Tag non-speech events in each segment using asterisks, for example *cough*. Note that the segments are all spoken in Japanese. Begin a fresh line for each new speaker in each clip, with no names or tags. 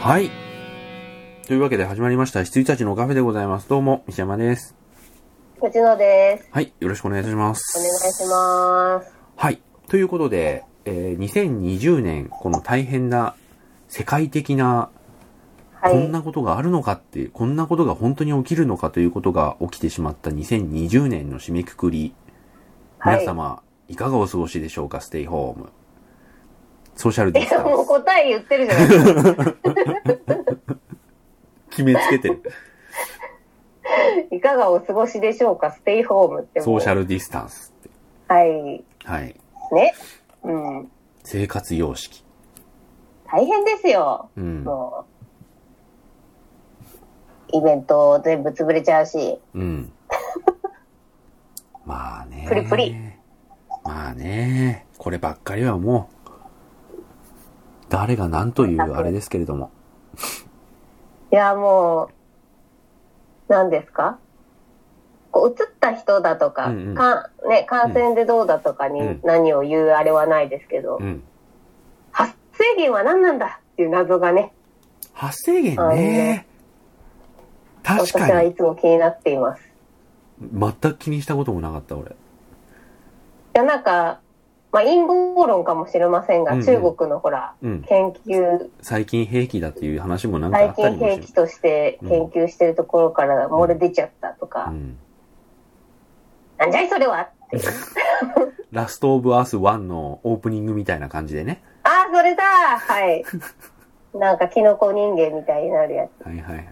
はい。というわけで始まりました、羊たちのカフェでございます。どうも、西山です。
内野です。
はい、よろしくお願いいたします。
お願いします。
はい、ということで、えー、2020年、この大変な、世界的な、はい、こんなことがあるのかっていう、こんなことが本当に起きるのかということが起きてしまった2020年の締めくくり。はい、皆様、いかがお過ごしでしょうか、ステイホーム。ソーシャルディス *laughs* タンス。
もう答え言ってるじゃないですか。
決めつけて *laughs* る。
いかがお過ごしでしょうか、ステイホームって。
ソーシャルディスタンスって。
はい。
はい。
ね。うん。
生活様式。
大変ですよ。うん。もう。イベント全部潰れちゃうし。
うん。まあね。
プリプリ。
まあね。こればっかりはもう、誰が何というあれですけれども。
いや、もう、何ですかこう、移った人だとか、うんうん、かね、感染でどうだとかに何を言うあれはないですけど、うんうん、発生源は何なんだっていう謎がね。
発生源ね。確かに。私
はいつも気になっています。
全く気にしたこともなかった、俺。い
や、なんか、まあ、陰謀論かもしれませんが、うんうん、中国のほら、うん、研究。
最近兵器だっていう話もなんかあった
りも最近兵器として研究してるところから漏れ出ちゃったとか。うんうん、なんじゃいそれ
*laughs*
はっていう。
ラストオブアース1のオープニングみたいな感じでね。
ああ、それだはい。
*laughs*
なんかキノコ人間みたいになるや
つ。はいはい。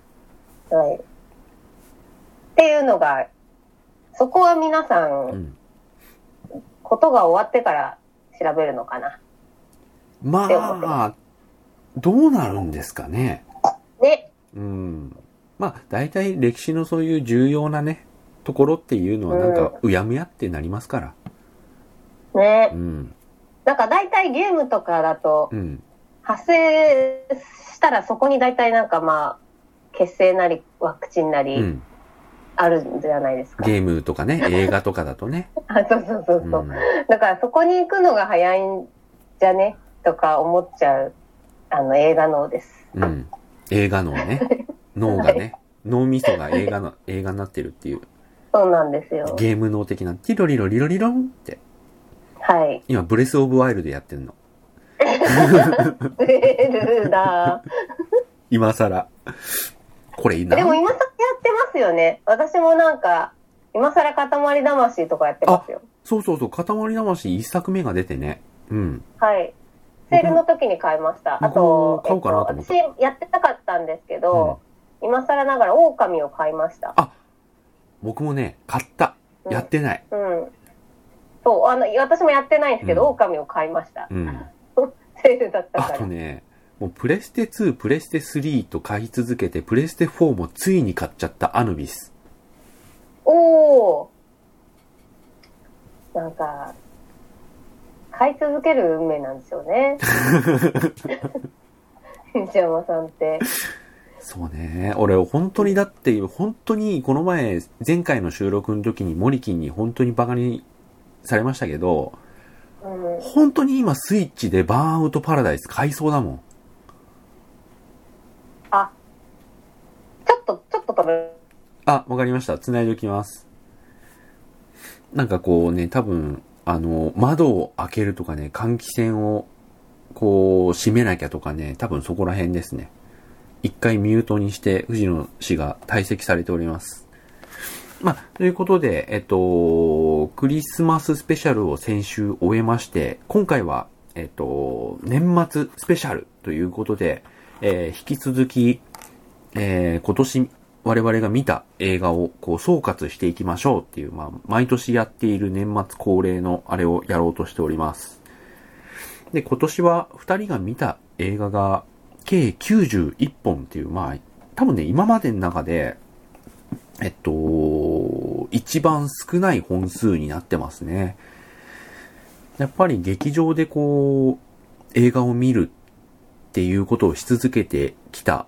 はい。っていうのが、そこは皆さんことが終わってから調べるのかな。
まあ、どうなるんですかね。
ね。
うん。まあ、大体歴史のそういう重要なね、ところっていうのはなんか、うやむやってなりますから。
うん、ね。
うん。
なんか大体ゲームとかだと、うん、発生したらそこに大体なんかまあ、血清なりワクチンなり、うんあるんじゃないですか。
ゲームとかね、映画とかだとね。
あ、 *laughs* そうそうそうそう、うん、だからそこに行くのが早いんじゃねとか思っちゃう、あの、映画脳です。
うん。映画脳ね。脳がね、はい、脳みそが映画の、映画になってるっていう。
そうなんですよ。
ゲーム脳的な、ティロリロリロリロンって。
はい。 *laughs*
今、ブレスオブワイルドやってんの。
ブレルだ。
今更。これいいな。
でも今更やってますよね。私もなんか、今更塊魂とかやってますよ。
そうそうそう、塊魂一作目が出てね。うん。
はい。セールの時に買いました。あと、
買おうかなと思
った、えっと、私やってなかったんですけど、うん、今更ながら狼を買いました。
あ、僕もね、買った。やってない。
うん。うん、そう、あの、私もやってないんですけど、うん、狼を買いました。
うん。
セールだったから。
あとね、もうプレステ2、プレステ3と買い続けて、プレステ4もついに買っちゃったアヌビス。
おお。なんか、買い続ける運命なんです
*laughs*
よね。西山さんって。
そうね。俺、本当にだって、本当にこの前、前回の収録の時にモリキンに本当にバカにされましたけど、うん、本当に今スイッチでバーンアウトパラダイス買いそうだもん。
あ、ちょっと、ちょっと食べ
あ、わかりました。繋いでおきます。なんかこうね、多分、あの、窓を開けるとかね、換気扇を、こう、閉めなきゃとかね、多分そこら辺ですね。一回ミュートにして、藤野氏が退席されております。まあ、ということで、えっと、クリスマススペシャルを先週終えまして、今回は、えっと、年末スペシャルということで、えー、引き続き、えー、今年我々が見た映画をこう総括していきましょうっていう、まあ、毎年やっている年末恒例のあれをやろうとしております。で、今年は2人が見た映画が計91本っていう、まあ、多分ね、今までの中で、えっと、一番少ない本数になってますね。やっぱり劇場でこう、映画を見るっていうことをし続けてきた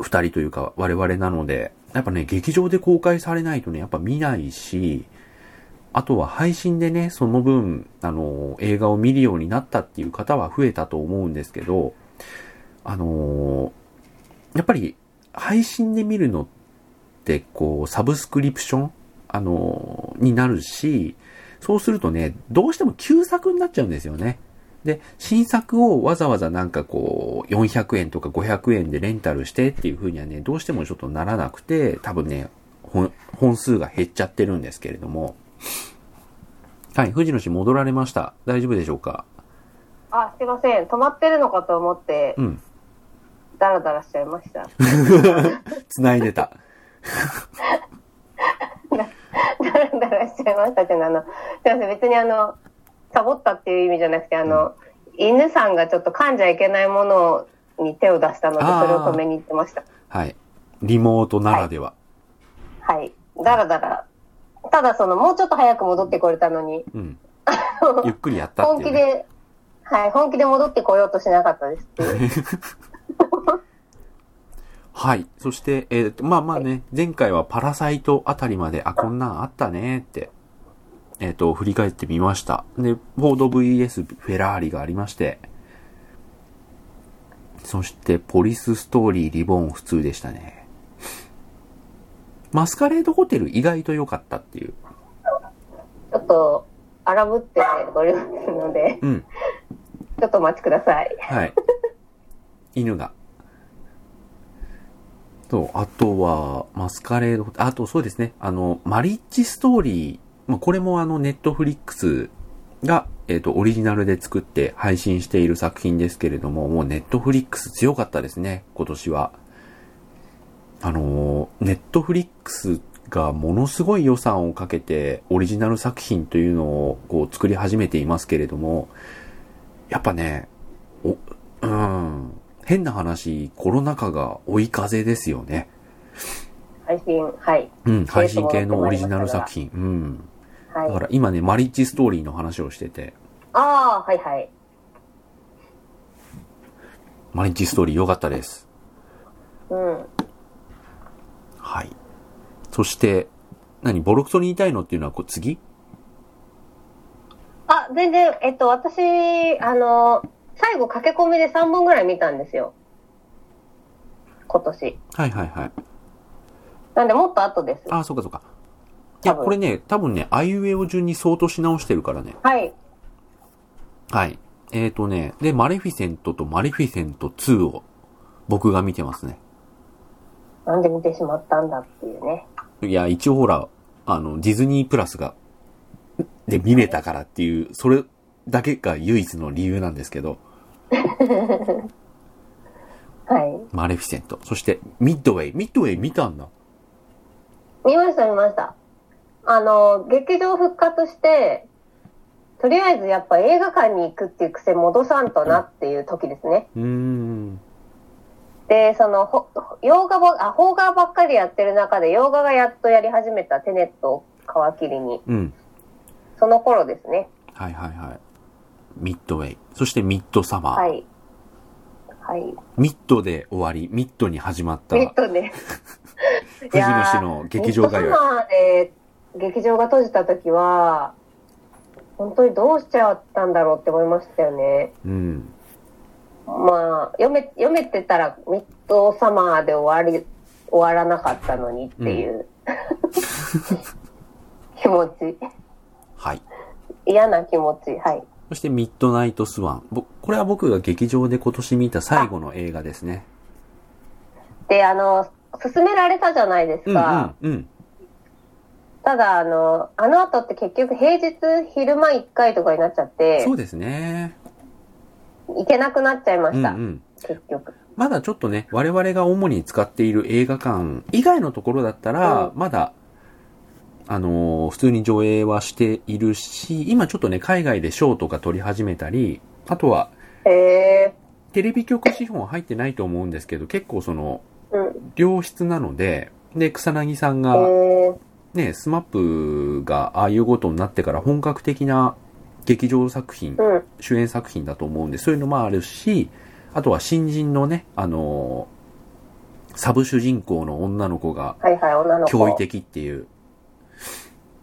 二人というか我々なので、やっぱね、劇場で公開されないとね、やっぱ見ないし、あとは配信でね、その分、あの、映画を見るようになったっていう方は増えたと思うんですけど、あのーやっぱり配信で見るのって、こう、サブスクリプションあのーになるし、そうするとね、どうしても旧作になっちゃうんですよね。で、新作をわざわざなんかこう、400円とか500円でレンタルしてっていう風にはね、どうしてもちょっとならなくて、多分ね、本本数が減っちゃってるんですけれども。はい、藤野氏戻られました。大丈夫でしょうか
あ、すいません。止まってるのかと思って、
うん。
ダラダラしちゃいました。
繋いでた。
ダラダラしちゃいましたっていうのはあの、すいません。別にあの、サボったっていう意味じゃなくて、あの、犬さんがちょっと噛んじゃいけないものに手を出したので、
あー
それを止めに行ってました。
はい。リモートならでは。
はい。ダラダラ。ただその、もうちょっと早く戻ってこれたのに、
うん。ゆっくりやったって
本
い
気
うね、
で、はい、本気で戻ってこようとしなかったですっていう。
はい。そして、えーとまあまあね、前回はパラサイトあたりまで、あ、こんなんあったねって、えっ、と、振り返ってみました。で、フォード VS フェラーリがありまして、そして、ポリスストーリーリボーン普通でしたね。マスカレードホテル意外と良かったっていう。
ちょっと、荒ぶってご利用するので、
うん。
ちょっとお待ちください。
はい。犬が。そう、あとは、マスカレード、あとそうですね、あの、マリッジストーリー、まあ、これもあの、ネットフリックスが、えっ、と、オリジナルで作って配信している作品ですけれども、もうネットフリックス強かったですね、今年は。あのー、ネットフリックスがものすごい予算をかけて、オリジナル作品というのを、こう、作り始めていますけれども、やっぱね、お、うん。変な話、コロナ禍が追い風ですよね。
配信、はい。
うん、配信系のオリジナル作品。うん。だか
はい。
ら今ね、マリッジストーリーの話をしてて、
ああ、はいはい。
マリッジストーリー良かったです。
うん。
はい。そして、何、ボロクソに言いたいのっていうのはこう次
あ、全然、えっと、私、あの、最後駆け込みで3本ぐらい見たんですよ。今年。
はいはいはい。
なんで、もっと後です。
ああ、そうかそうか。いや、
多分
これね、多分ね、あいうえお順に相当し直してるからね。
はい。
はい。えーとね、で、マレフィセントとマレフィセント2を僕が見てますね。
なんで見てしまったんだっていうね。
いや、一応ほら、あの、ディズニープラスが、で見れたからっていう、それだけが唯一の理由なんですけど、
はい。
マレフィセント。そして、ミッドウェイ。ミッドウェイ見たんだ。
見ました、見ました。あの、劇場復活して、とりあえずやっぱ映画館に行くっていう癖戻さんとなっていう時ですね。
うーん。
で、その、ほ洋画ば、あ、邦画ばっかりやってる中で、洋画がやっとやり始めたテネットを皮切りに、
うん。
その頃ですね。
はいはいはい。ミッドウェイ。そしてミッドサマー。
はい。はい。
ミッドで終わり、ミッドに始まった、
えっ
藤
とね。
野氏の劇場通い
ミッドサマーで劇場が閉じた時は、本当にどうしちゃったんだろうって思いましたよね。
うん。
まあ、読め、読めてたらミッドサマーで終わり、終わらなかったのにっていう、 *laughs* 気持ち。
はい。
嫌な気持ち。はい。
そしてミッドナイトスワン。ぼこれは僕が劇場で今年見た最後の映画ですね。
で、あの、勧められたじゃないです
うんう
か
ん。うん。
ただ、あの、あの後って結局平日昼間1回とかになっちゃって
そ、うですね。
行けなくなっちゃいま
う
し
んう
た。
ん。
結局。
まだちょっとね、我々が主に使っている映画館以外のところだったら、
う
まだ、あのー普通に上映はしているし、今ちょっとね、海外でショーとか撮り始めたり、あとは、
へえ。
テレビ局資本は入ってないと思うんですけど、結構その、
うん。
良質なので、で、草薙さん
へ
が、
え。
ね、スマップがああいうことになってから本格的な劇場作品、
うん。
主演作品だと思うんで、そういうのもあるし、あとは新人のね、あのーサブ主人公の女の子が
はいはい、女の子。
驚異的っていう、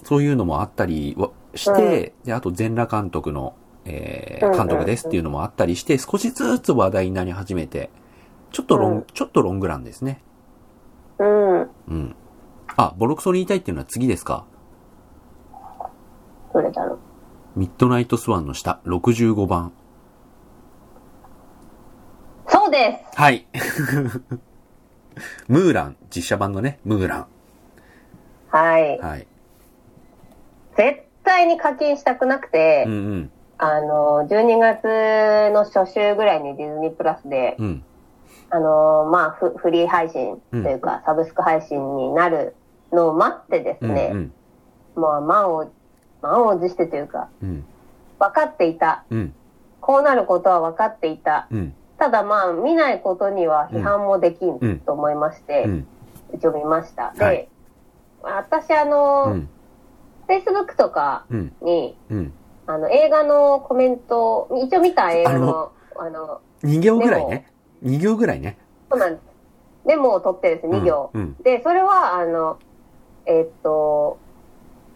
そういうのもあったりはして、で、あと全裸監督の、えー
うんうんうん
監督ですっていうのもあったりして、少しずつ話題になり始めて、ちょっとロン、
うん
ちょっとロングランですね。
うん。
うん。あ、ボロクソに言いたいっていうのは次ですか
どれだろう。
ミッドナイトスワンの下、65番。
そうです
はい。 *laughs* ムーラン、実写版のね、ムーラ
はい
ン。。はい。
絶対に課金したくなくて、
うんうん。
あの、12月の初週ぐらいにディズニープラスで、
うん。
あの、まあフ、フリー配信というか、サブスク配信になるのを待ってです
うん
ね、
うん。
もう満を、満を持してというか、
うん。
分かっていた。
うん。
こうなることは分かっていた。
うん。
ただまあ、見ないことには批判もでき
うん
んと思いまして、
うん。
一応見ました。で、
はい
私あの、
うん。
Facebook とか
うん。
に、
うん。
あの、映画のコメント、一応見た映画の、あの、
2行ぐらいね。2行ぐらいね。
そうなんです。メモを取ってですね、2行。
うん。
で、それは、あの、えっと、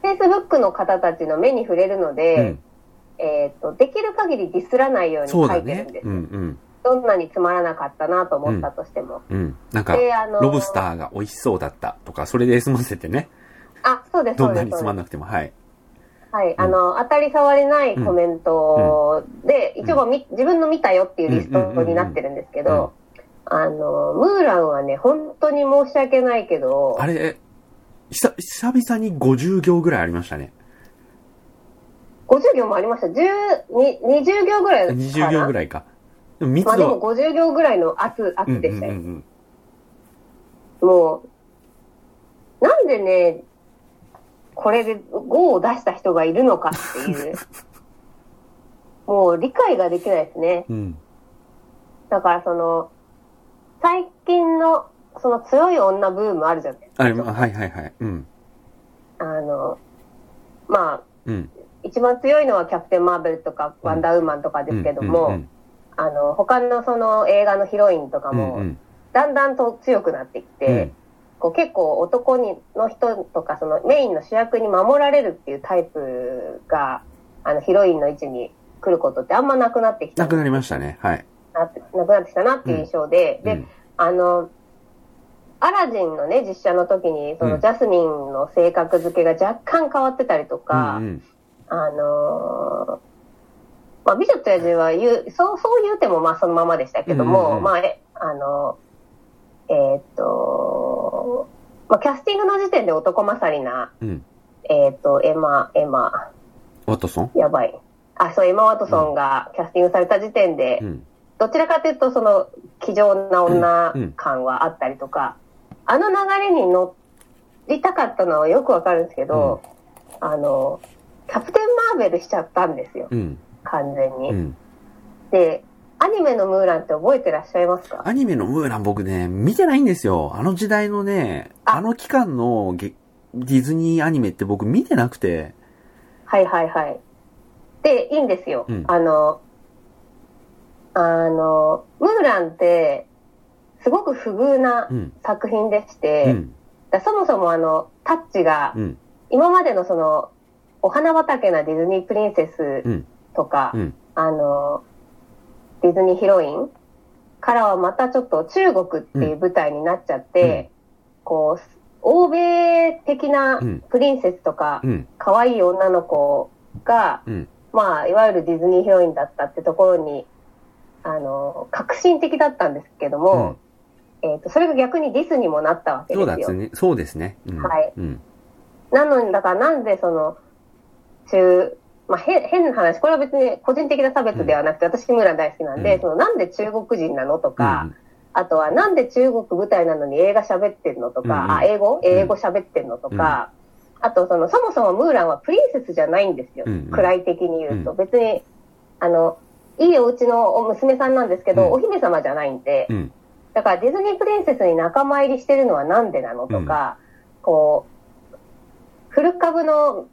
Facebook の方たちの目に触れるの
う
で
ん、。
えっと、できる限りディスらないように
そう
書
だ
いてる
ね
んです。。
うんうん。
どんなにつまらなかったなと思ったとしても。
うん。なんか、
で、あの、
ロブスターが美味しそうだったとか、それで済ませてね。
あ、そうです、
ど
そ
ん
う
な
で
に
す。
つ
そ
ま
うんで
なくても、はい。
すはい。あの、当たり障りないコメントで、
ん
一応み自分の見たよっていうリストになってるんですけ
うんうんうんうん
ど、あの、ムーランはね、本当に申し訳ないけど、
あれ、久久々に50行ぐらいありましたね。
50行もありました。10、に20行ぐらいかな。
20行ぐらいか。でも密
まあでも
度は、
50行ぐらいの圧、圧でしたよ。
ん。
もう、なんでね、これで5を出した人がいるのかっ
*laughs*
ていう。もう理解ができないですね。
うん。
だからその、最近のその強い女ブームあるじゃないですか。
あれ、まあはいはいはい。うん。
あの、まあ、
うん。
一番強いのはキャプテン・マーベルとかワンダーウーマンとかですけども、
うん
あの、他のその映画のヒロインとか
うんうん。
も、
うん
だんだんと強くなってきて、
うん
こう結構男にの人とかそのメインの主役に守られるっていうタイプがあのヒロインの位置に来ることってあんまなくなってきた
なくなりましたね。はい。
なってなくなってきたなっていう印象で、
う
で、
ん
あのアラジンのね実写の時にそうの
ん
ジャスミンの性格付けが若干変わってたりとか、
うんうん
あのーまあ、美女と野獣は言う、そう、そう言うてもまあそのままでしたけども、
うんうんうん
まあ、え、あのーえーっと、まあ、キャスティングの時点で男勝りな、
うん。
えーっと、エマ、エマ、
ワトソン
やばい。あ、そう、エマ・ワトソンがキャスティングされた時点で、
うん。
どちらかというと、その、気丈な女感はあったりとか、あの流れに乗りたかったのはよくわかるんですけど、あの、キャプテン・マーベルしちゃったんですよ。
うん。
完全に。
うん。
で、アニメのムーランって覚えてらっしゃいますか
アニメのムーラン僕ね、見てないんですよ。あの時代のね、
あ
あの期間のげディズニーアニメって僕見てなくて。
はいはいはい。で、いいんですよ。
うん
あの、あの、ムーランって、すごく不遇な
うん。
作品で
う
して、
ん。
だそもそもあの、タッチが、
うん。
今までのその、お花畑なディズニープリンセスとか、
うんうん
あの、ディズニーヒロインからはまたちょっと中国っていう舞台になっちゃって、こう、欧米的な
うん
プリンセスとか
う、ん。
可愛い女の子が、
うん
まあ、いわゆるディズニーヒロインだったってところに、あの、革新的だったんですけども、えっ、と、それが逆にディスにもなったわけです
そう
よ。
だですね。そうですね。うん
はい。
うん。
なのに、だからなんでその、中、まあ、へ変な話、これは別に個人的な差別ではなくて、私、木村大好きなんで、
うん
そのなんで中国人なのと
う
か、
ん。
あとはなんで中国舞台なのに映画喋ってんのとか、
うんうん
あ、英語英語喋ってんのとか、あとその、そもそもムーランはプリンセスじゃないんですよ。
うんうん
位的に言うと。
う
別に、あの、いいお家のお娘さんなんですけど、
うん
お姫様じゃないんで、
うん。
だからディズニープリンセスに仲間入りしてるのはなんでなのとか、こう、古株の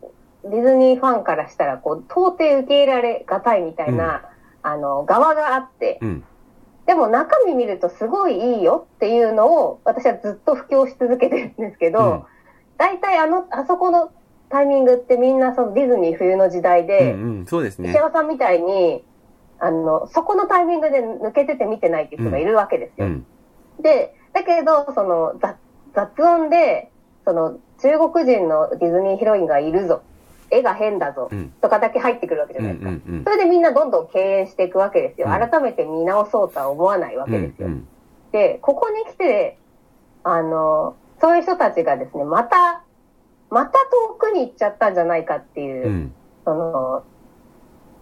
ディズニーファンからしたら、こう、到底受け入れられがたいみたいな、あの、側があって、
うん。
でも中身見るとすごいいいよっていうのを、私はずっと布教し続けてるんですけ
うん
ど、大体あの、あそこのタイミングってみんなそのディズニー冬の時代
う
で、
ん。うん。そうですね
石。山さんみたいに、あの、そこのタイミングで抜けてて見てないっていう人がいるわけです
う
よ。
ん。
で、だけど、その雑雑音で、その中国人のディズニーヒロインがいるぞ、絵が変だぞ、
うん
とかだけ入ってくるわけじゃないですか。
うんうんうん
それでみんなどんどん敬遠していくわけですよ。
うん
改めて見直そうとは思わないわけ
う
ですよ。
んうん。
で、ここに来て、あの、そういう人たちがですね、また、また遠くに行っちゃったんじゃないかっていう、
うん。
その、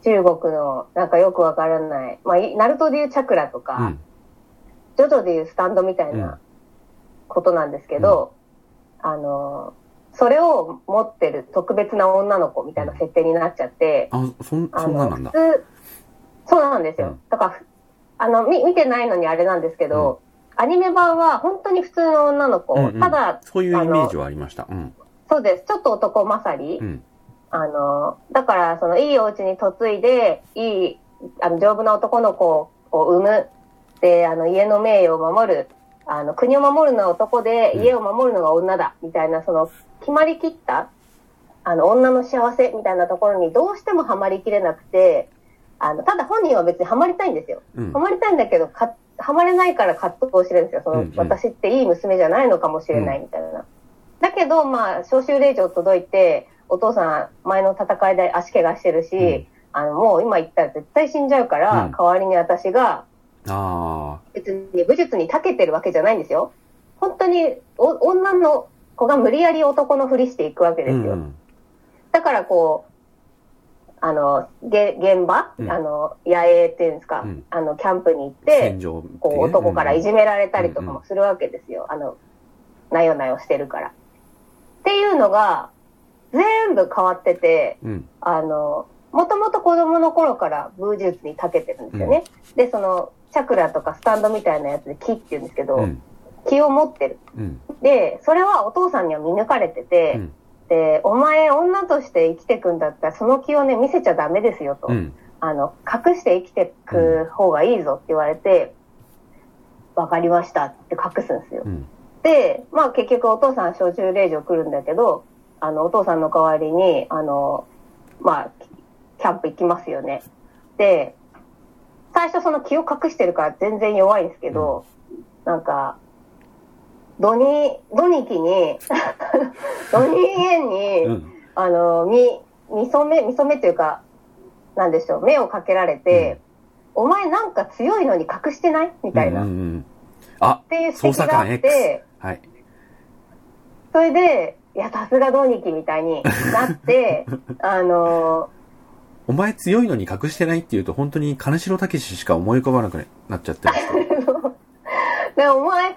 中国の、なんかよくわからない、まあ、いナルトでいうチャクラとか、
うん。
ジョジョでいうスタンドみたい
うん
なことなんですけど、あの、それを持ってる特別な女の子みたいな設定になっちゃって、
あ、そん、
あの
そんなんなんだ。
普通、そうなんですよ。
うん
だから、ふあの、み、見てないのにあれなんですけど、アニメ版は本当に普通の女の子、
うんうん
ただ、
そういうイメージはありました。うん。
そうです、ちょっと男勝り、
うん。
あの、だから、その、いいお家に嫁いで、いい、あの、丈夫な男の子を産む。で、あの、家の名誉を守る。あの、国を守るのは男で、
うん
家を守るのが女だ。みたいな、その、決まりきった、あの、女の幸せみたいなところにどうしてもハマりきれなくて、あの、ただ本人は別にハマりたいんですよ。
うん
ハ。マりたいんだけど、か、ハマれないから葛藤してるんですよ。その、
うんうん
私っていい娘じゃないのかもしれないみたいな。だけど、まあ、招集令状届いて、お父さん、前の戦いで足怪我してるし、
うん
あの、もう今言ったら絶対死んじゃうから、
うん
代わりに私が、
あ
別に武術に長けてるわけじゃないんですよ。本当に、お女の子が無理やり男のふりしていくわけ
あ。
です
う
よ。
んうん。
だからこう、あの、げ現場、
うん
あの、野営っていうんですか、
うん
あの、キャンプに行って、
戦場ってね。
こう男からいじめられたりとか
うんう
も
ん
するわけですよ。あの、なよなよしてるから。っていうのが、全部変わってて、
うん。
あの、もともと子供の頃から武術に長けてるんですよね。で、その、チャクラとかスタンドみたいなやつで木って言うんですけど、
うん。
気を持ってる。
うん。
で、それはお父さんには見抜かれてて、
うん
で、お前女として生きてくんだったら、その気をね、見せちゃダメですよと。
うん。
あの、隠して生きてく方がいいぞって言われて、わ、かりましたって隠すんですよ
う。ん。
で、まあ結局お父さんは焼酎令状来るんだけど、あの、お父さんの代わりに、あの、まあ、キャンプ行きますよね。で、最初その気を隠してるから全然弱いんですけど、なんか、土に、土
*laughs*
日に、土日園に、
うん。
あの、み、みそめ、みそめというか、なんでしょう、目をかけられて、お前なんか強いのに隠してないみたいな、
うん
っ
うんうん。あ、
ていう指
捜
摘
査
があ
官
っ
X
て、。
はい。
それで、いや、さすがドニキみたいに
*laughs*
なって、あの、
お前強いのに隠してないって言うと本当に金城武ししか思い浮かばなくなっちゃってる。
でお前隠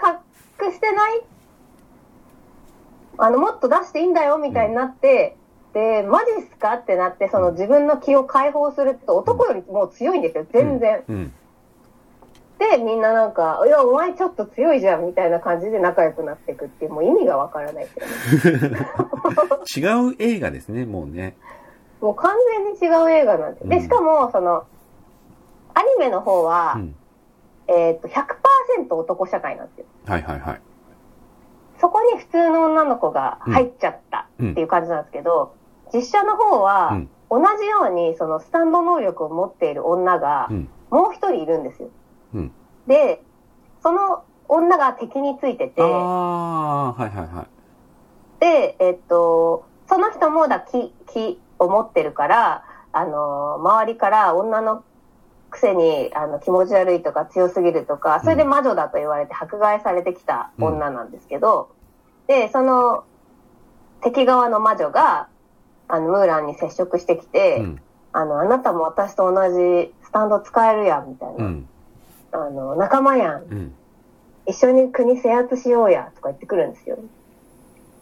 してないあの、もっと出していいんだよ、みたいになって、で、マジっすかってなって、その自分の気を解放すると、男よりもう強いんですよ、全然。
うん。
で、みんななんか、いや、お前ちょっと強いじゃん、みたいな感じで仲良くなっていくっていう、もう意味がわからないですよね。
違う映画ですね、もうね。
もう完全に違う映画なんです。
う
で、
ん
しかも、その、アニメの方は、
うん。
えっと、100%男社会なんですよ。
はいはいはい。
そこに普通の女の子が入っちゃったっていう感じなんですけど、実写の方は、
うん
同じように、そのスタンド能力を持っている女が
う、ん。
もう一人いるんですよ。
うん
で、その女が敵についてて、
ああー、はいはいはい。
で、えっと、その人もだ木、木を持ってるから、あの、周りから女のくせにあの気持ち悪いとか強すぎるとか、それで魔女だと言われて迫害されてきた女なんですけど、で、その敵側の魔女が、あの、ムーランに接触してきて、
うん。
あの、あなたも私と同じスタンド使えるやん、みたいうな、
ん。
あの、仲間やん、
うん。
一緒に国制圧しようやとか言ってくるんですよ。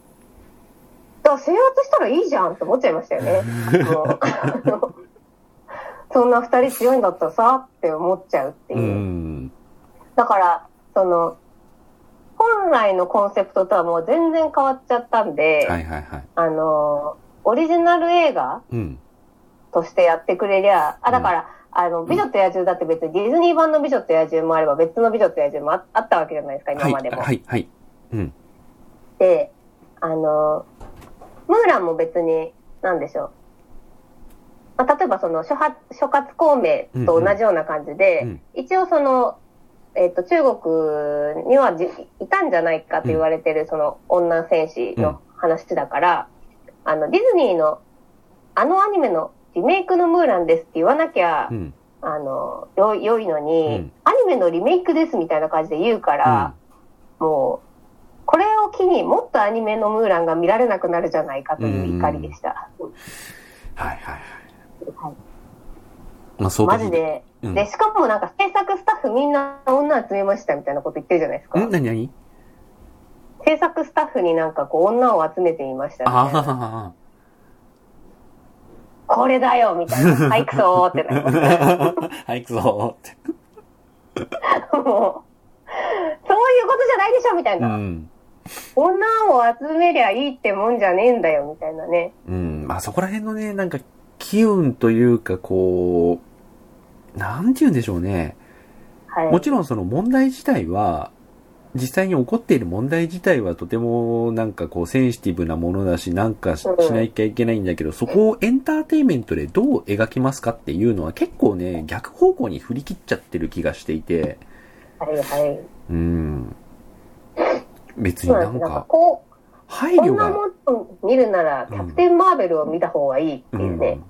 だから制圧したらいいじゃんって思っちゃいました
*laughs*
よね。もうあのそんな二人強いんだったらさって思っちゃうっていうう。
ん。
だから、その、本来のコンセプトとはもう全然変わっちゃったんで、
はいはいはい。
あの、オリジナル映画
うん。
としてやってくれりゃ、あ、だから、あの、美女と野獣だって別にディズニー版の美女と野獣もあれば別の美女と野獣もああったわけじゃないですか、
は
今
い、
までも。
はい、はい。
で、あの、ムーランも別に、なんでしょう。まあ、例えばその諸発、諸葛孔明と同じような感じで、
うん
一応その、えっと、中国にはじいたんじゃないかと言われてる、その女戦士の話だから、あの、ディズニーの、あのアニメのリメイクのムーランですって言わなきゃ、
うん。
あの、よ、良いのに、
うん
アニメのリメイクですみたいな感じで言うから、もう、これを機にもっとアニメのムーランが見られなくなるじゃないかという怒りでした。
はいはいはい。
はい
まあ、そう
マジ。で、
うん
で、しかもなんか制作スタッフみんな女集めましたみたいなこと言ってるじゃないですか。
ん何何
制作スタッフになんかこう女を集めてみましたみたいな
あ
これだよ
*laughs*
みたいな。はい、くそーってなりまし
あ。 *laughs* はい、行くぞーって。
た。もう、そういうことじゃないでしょみたいうな。
ん。
女を集めりゃいいってもんじゃねえんだよみたいなね。
うん。まあ、そこら辺のね、なんか、機運というか、こう、なんて言うんでしょうね。
はい。
もちろんその問題自体は、実際に起こっている問題自体はとてもなんかこうセンシティブなものだし、なんかし
うん
しなきゃいけないんだけど、そこをエンターテインメントでどう描きますかっていうのは結構ね、逆方向に振り切っちゃってる気がしていて、
はいはい。
うん。別に
そう
な
なんで
ん
す。なんか
か、
こう、
配
こ
慮
んな
が、
もの見るなら、キャプテン・マーベルを見た方がいいって
う
いうね。
ん。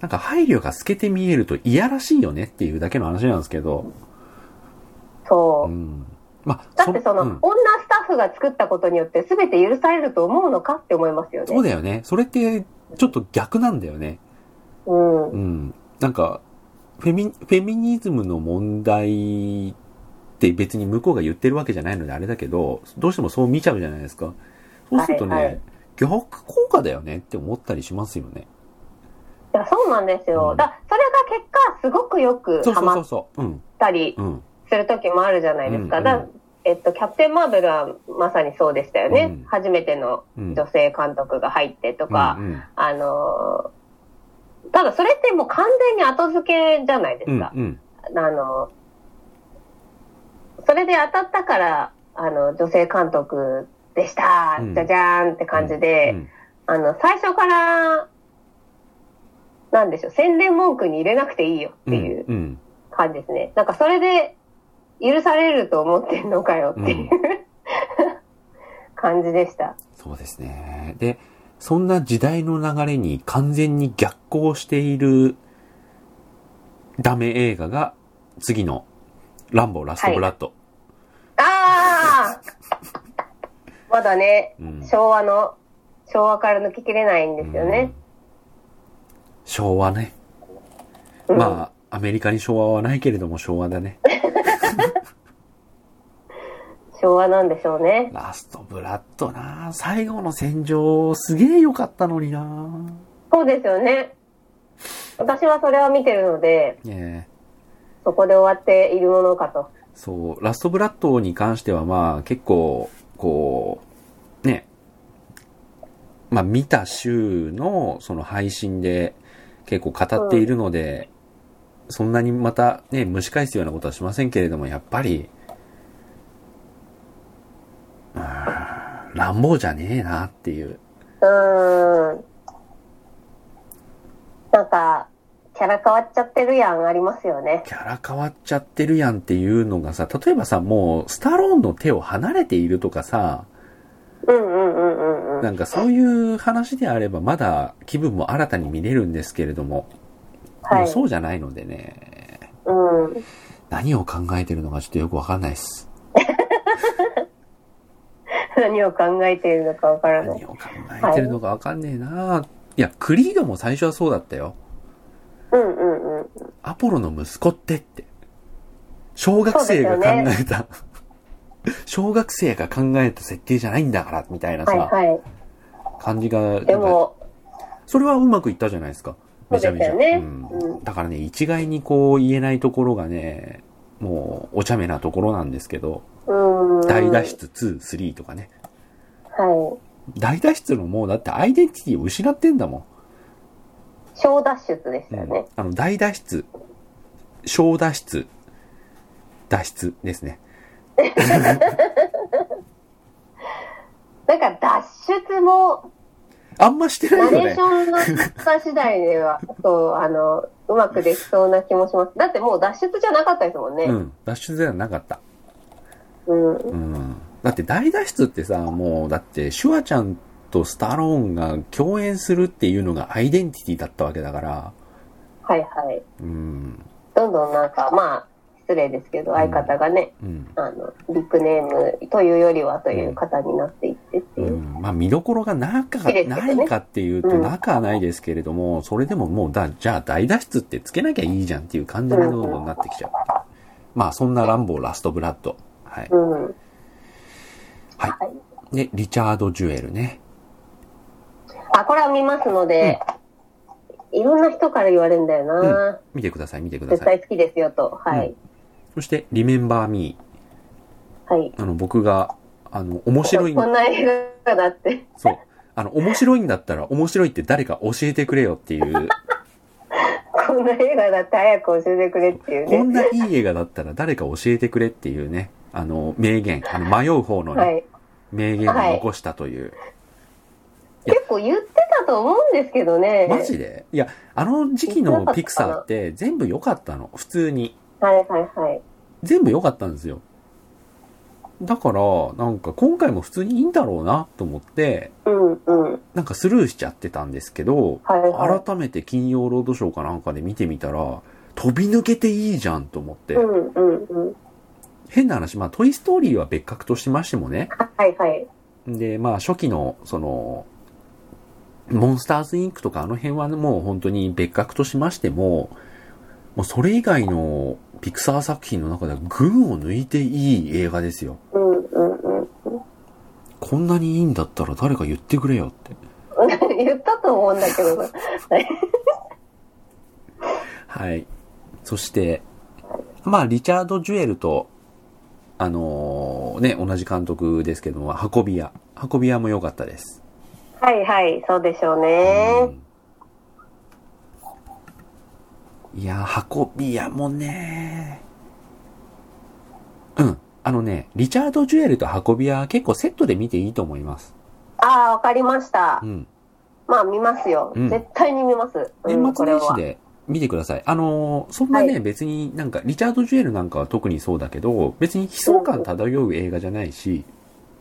なんか配慮が透けて見えるといやらしいよねっていうだけの話なんですけど、
そうう。
ん。まあ、
だってその、
うん
女スタッフが作ったことによって全て許されると思うのかって思いますよね。
そうだよね。それって、ちょっと逆なんだよね。
うん。
うん。なんか、フェミ、フェミニズムの問題って別に向こうが言ってるわけじゃないのであれだけど、どうしてもそう見ちゃうじゃないですか。そうするとね、
はいはい
逆効果だよねって思ったりしますよね。
いや、そうなんですよ。
うん
だ、それが結果、すごくよく
そう
ハ
そうそう
マっ
そう。うん。
たり
うん。
する時もあるじゃないですか。
うんう
だ
ん、
えっと、キャプテン・マーベルはまさにそうでしたよね。
うん
初めての
うん。
女性監督が入ってとか、
うんうん
あのーただそれってもう完全に後付けじゃないで
うん
すか。
うん。
あのーそれで当たったから、あの、女性監督でした、
うん
じゃじゃーんって感じで、
うん
あの、最初から、なんでしょう、宣伝文句に入れなくていいよっていう
うん。
感じですね。なんかそれで許されると思ってんのかよっていう、 *laughs* 感じでした。
そうですね。で、そんな時代の流れに完全に逆行しているダメ映画が次のランボーラストブラッド。
ああ *laughs* まだね、
うん
昭和の、昭和から抜けきれないんですよね。
うん昭和ね。
うん
まあ、アメリカに昭和はないけれども昭和だね。
昭和なんでしょうね。
ラストブラッドな最後の戦場すげえ良かったのにな
そうですよね。私はそれを見てるので、
ねえ
そこで終わっているものかと。
そう、ラストブラッドに関してはまあ結構、こう、ね、まあ見た週のその配信で結構語っているので、そんなにまたね、蒸し返すようなことはしませんけれども、やっぱり、うーん乱暴じゃねえなっていう。
うーん。なんか、キャラ変わっちゃってるやんありますよね。
キャラ変わっちゃってるやんっていうのがさ、例えばさ、もう、スタローンの手を離れているとかさ、
うんうんうんうんうん。
なんかそういう話であればまだ気分も新たに見れるんですけれども、
は
もう
い。
そうじゃないのでね、
うん。 *laughs*
何を考えてるのかちょっとよくわかんないです。
何を考えているのかわからない。
何を考えてるのかわかんねえな、い、や、クリードも最初はそうだったよ。
うんうんうん。
アポロの息子ってって。小学生が考えた、小学生が考えた設定じゃないんだから、みたいなさ、
はいはい。
感じが、なん
で
か
も、
それはうまくいったじゃないですか。めちゃめちゃ。
そうですよね
う、
うん
だからね、一概にこう言えないところがね、もうお茶目なところなんですけど、
うーん。
大脱出2、3とかね。
は
大脱出のもうだってアイデンティティを失ってんだも
い。小脱出でし
ん。
たよね。
あの、大脱出、小脱出、脱出ですね。
なんか脱出も、
あんましてな
ナ
いよね *laughs*
レーシ。ョンの方次第では、そう、あの、うまくできそうな気もします。だってもう脱出じゃなかったですもんね。
うん。脱出ではなかった。
うん。
うん。だって大脱出ってさ、もう、だって、シュワちゃんとスタローンが共演するっていうのがアイデンティティだったわけだから、
はいはい。
うん。
どんどんなんか、まあ、失礼ですけど、相方がね、
うん。
あの、ビッグネームというよりはという方になっていってって
う
いう。
ん、まあ見どころがなか
いいですよ
な
ね
いかっていうと
うん
なかはないですけれども、それでももうだ、じゃあ大脱出ってつけなきゃいいじゃんっていう感じのものになってきちゃう。まあそんなランボーラストブラッド。はい。
うん。はい。
はいで、リチャード・ジュエルね。
あ、これは見ますので、いろんな人から言われるんだよな、
見てください、見てくだ
絶
さい。
対好きですよと。はい。
そして、リメンバー・ミ
はい。
ー。あの、僕が、あの、面白いん
こんな映画だって。
そう。あの、面白いんだったら面白いって誰か教えてくれよっていう、
こんな映画だって早く教えてくれっていう
こん
ね。
ないい映画だったら誰か教えてくれっていうね、あの、名言、あの、迷う方のね、
はい。
名言を残したという。や
結構言ってたと思うんですけどね。
マジでいや、あの時期のピクサーって全部良かったの、普通に。
はいはいはい。
全部良かったんですよ。だから、なんか今回も普通にいいんだろうなと思って、
うんうん。
なんかスルーしちゃってたんですけど、
はいは
改めて金曜ロードショーかなんかで見てみたら、飛び抜けていいじゃんと思って
い。う。んうんうん。
変な話、まあ、トイストーリーは別格としましてもね。
はいはい。
で、まあ、初期の、その、モンスターズインクとかあの辺はもう本当に別格としましても、もうそれ以外のピクサー作品の中では群を抜いていい映画ですよ。
うんうんうん。 *laughs*
こんなにいいんだったら誰か言ってくれよって。
言ったと思うんだけどな。
はい。そして、まあ、リチャード・ジュエルと、あのーね、同じ監督ですけども、運び屋。運び屋も良かったです。
はいはい、そうでしょうね。
いやー、運び屋もねうん。あのね、リチャード・ジュエルと運び屋は結構セットで見ていいと思います。
ああ、わかりました
う。ん。
まあ見ますよ。
うん
絶対に見ます。うん
年末
これ
年始
は。
で見てください。あのーそんなね、
は
別になんか、リチャード・ジュエルなんかは特にそうだけど、別に悲壮感漂う映画じゃないし、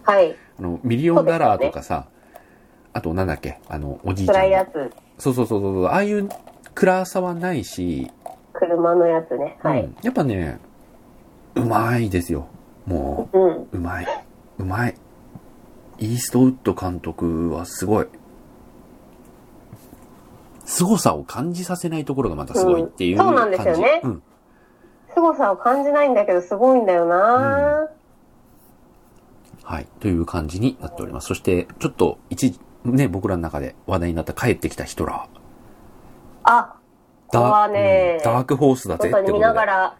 はい。
あの、ミリオンダラーとかさ、あとなんだっけ、あの、おじいちゃ
辛
ん
いや
が。
つ。
そうそうそうそう、ああいう暗さはないし、
車のやつね。は
う
い。
んやっぱね、うまいですよ。も
うん。
う、うまい。うまい。イーストウッド監督はすごい。凄さを感じさせないところがまたすごいっていう
う
感
んそ
じ。
うなんですよね
うん
凄さを感じないんだけど、すごいんだよな、
はい。という感じになっております。そして、ちょっと一時、ね、僕らの中で話題になった帰ってきたヒトラー。
あ、これ
ダ
はね
うんダークホースだぜ
本
って
当
こと
に
で。
見ながら、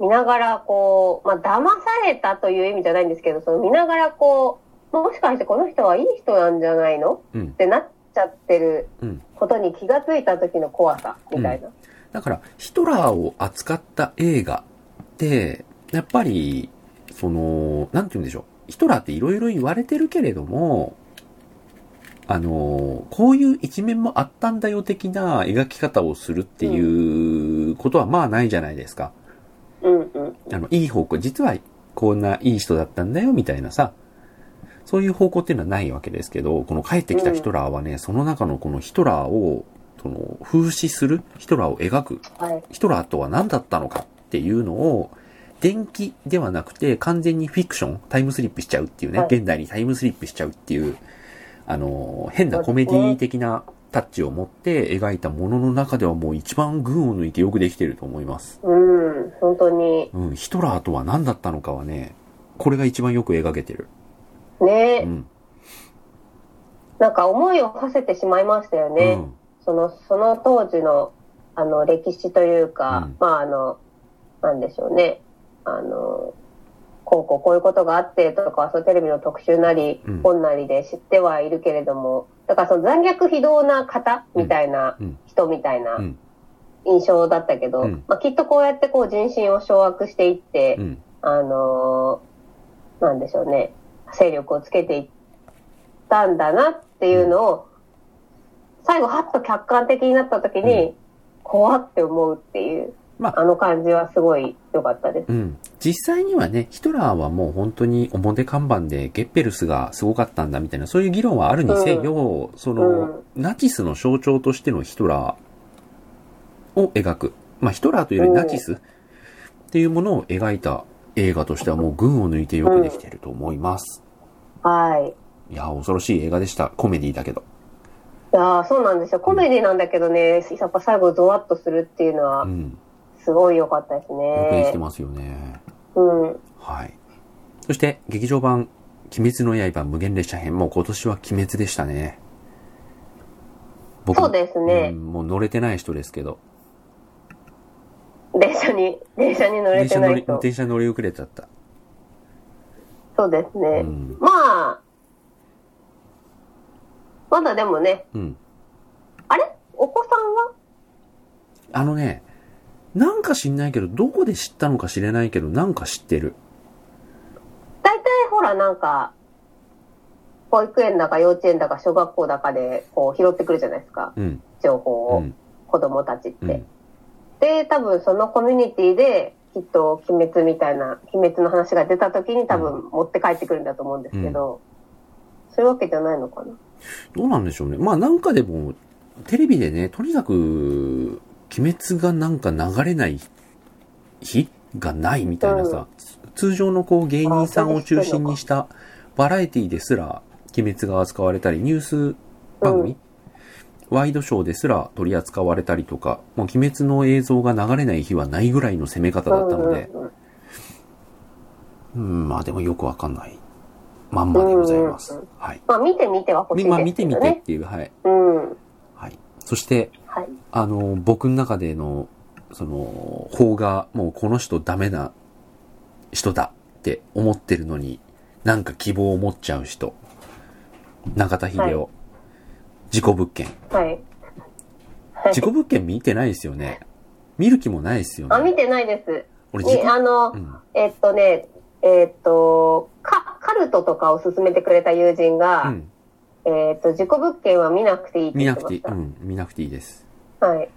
見ながらこう、まあ、騙されたという意味じゃないんですけど、その見ながらこう、もしかしてこの人はいい人なんじゃないの
うん
っ。てなっちゃってる
うん。
ことに気がついた時の怖さ、みたいな。
だから、ヒトラーを扱った映画って、やっぱり、その、なんて言うんでしょう。ヒトラーっていろいろ言われてるけれども、あの、こういう一面もあったんだよ的な描き方をするっていうことはまあないじゃないですか。
うんうん。
あの、いい方向、実はこんないい人だったんだよみたいなさ、そういう方向っていうのはないわけですけど、この帰ってきたヒトラーはね、その中のこのヒトラーを、その、風刺する、ヒトラーを描く
はい。
ヒトラーとは何だったのかっていうのを、電気ではなくて完全にフィクション、タイムスリップしちゃうっていうね、
はい
現代にタイムスリップしちゃうっていう、あのー、変なコメディ的なタッチを持って描いたものの中ではもう一番群を抜いてよくできてると思います。
うん、本当に。
うん、ヒトラーとは何だったのかはね、これが一番よく描けてる。
ね、
うん。
なんか思いを馳せてしまいましたよね。
うん。
その、その当時の、あの、歴史という
う
か、
ん
まあ、あの、なんでしょうね。あの、こうこうこういうことがあってとかは、そのテレビの特集なり、
うん
本なりで知ってはいるけれども、だからその残虐非道な方みたいな、
うん
人みたいな
うん
印象だったけど、
うん
まあ、きっとこうやってこう人心を掌握していって、
うん。
あのーなんでしょうね、勢力をつけていったんだなっていうのを、最後、はっと客観的になった時に、怖って思うっていう、
まあ
あの感じはすごい良かったです。
うん。実際にはね、ヒトラーはもう本当に表看板でゲッペルスがすごかったんだみたいな、そういう議論はあるにせよ、その、ナチスの象徴としてのヒトラーを描く。まあ、ヒトラーというよりナチスっていうものを描いた映画としてはもう群を抜いてよくできていると思います。
はい。
いやー、恐ろしい映画でした。コメディだけど。
いやーそうなんですよ。コメディなんだけどね、やっぱ最後ゾワッとするっていうの
う
は、
ん。
すごい良かったです
よくでき
ね
て。ますよね。
うん。
はい。そして、劇場版、鬼滅の刃無限列車編も今年は鬼滅でしたね。僕
そうです
う
ね。
んもう乗れてない人ですけど。
電車に、電車に乗れ
電
て
車
な
乗
い
り、
と。
電車乗り遅れちゃった。
そうですね。
うん
まあ、まだでもね、
うん。
あれお子さんは
あのね、なんか知んないけど、どこで知ったのか知れないけど、なんか知ってる。
大体ほらなんか、保育園だか幼稚園だか小学校だかでこう拾ってくるじゃないですか、
うん。
情報を、
うん
子供たちって。
うん。
で、多分そのコミュニティで、きっと鬼滅みたいな、鬼滅の話が出た時に多分持って帰ってくるんだと思うんですけど、そういうわけじゃないのかな。
どうなんでしょうね。まあなんかでも、テレビでね、とにかく、鬼滅がなんか流れない日がないみたいなさ、通常のこう芸人さんを中心にしたバラエティですら、鬼滅が扱われたり、ニュース番組、ワイドショーですら取り扱われたりとか、もう鬼滅の映像が流れない日はないぐらいの攻め方だったので、
うんうんうん
うん、まあでもよくわかんないまんまでございます
うんうん。
はい。
まあ見てみては欲
み
しいですけど
ま
ね。
あ見てみてっていう、はい。
うん。
はい。そして、
はい。
あの、僕の中での、その、方が、もうこの人ダメな人だって思ってるのに、なんか希望を持っちゃう人。中田秀夫。
はい
事故物件。
はい。
事故物件見てないですよね。見る気もないですよ
あ、
ね。
見てないです。
俺事
に
故、
あの、
うん。
えっとね、えっと、カカルトとかを勧めてくれた友人
う
が、
ん。
えっと、自己物件は見なくていいって
見
言
な
って
く
ま
ていい
し。た。
うん。見なくていいです。
はい。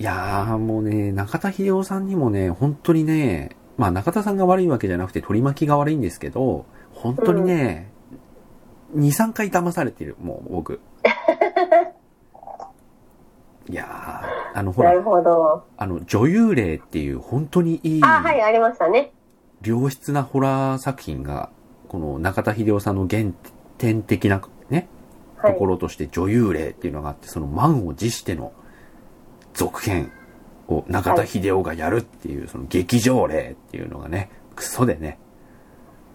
いやーもうね、中田秀夫さんにもね、本当にね、まあ中田さんが悪いわけじゃなくて取り巻きが悪いんですけど、本当にね、2、3回騙されてる、もう
*laughs*
僕。いやー、あのほ
なる
ら、
ほど。
あの女優霊っていう本当にいい、
あ、はい、ありましたね。
良質なホラー作品が、この中田秀夫さんの原点的なね、
はい
と。ころとして女優霊っていうのがあって、その満を持しての続編を中田秀夫がやるっていう、その劇場霊っていうのがね、クソでね。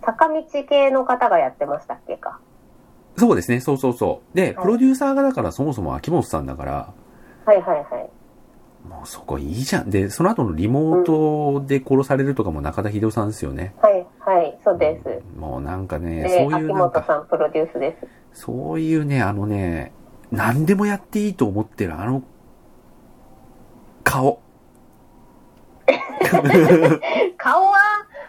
坂道系の方がやってましたっけか。
そうですね、そうそうそう。で、
はい
プロデューサーがだからそもそも秋元さんだから、
はいはいはい。
もうそこいいじゃん。で、その後のリモートで殺されるとかも中田秀夫さんですよね。
はいはい、そうです。
もうなんかね、
で、
そうい
秋
うなん
元
か、
さんプロデュースです。
そういうね、あのね、何でもやっていいと思ってるあの、顔。
顔は、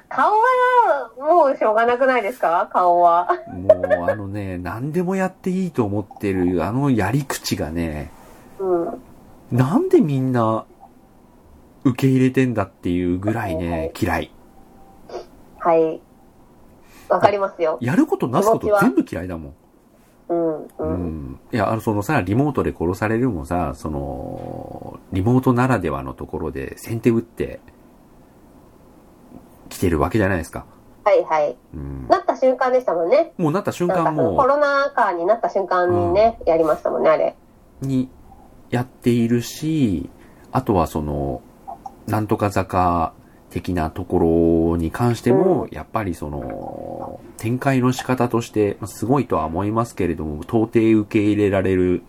顔は、もうしょうがなくないですか顔は。
もうあのね、何でもやっていいと思ってるあのやり口がね、
うん。
なんでみんな受け入れてんだっていうぐらい
はいは
ね
い、
嫌い。
はい。わかりますよ。
やることなすこ
気持ち
と
は
全部嫌いだもん。
うん、う。
うんん。いや、あの、そのさ、リモートで殺されるもさ、その、リモートならではのところで先手打って来てるわけじゃないですか。
はいはい。
うん。
なった瞬間でしたもんね。
もうなった瞬
なんか
間
その
も
コ
う、
ロナ禍になった瞬間にね、やりましたもんね、あれ。
にやっているし、あとはその、なんとか坂的なところに関しても、やっぱりその、展開の仕方として、まあすごいとは思いますけれども、到底受け入れられる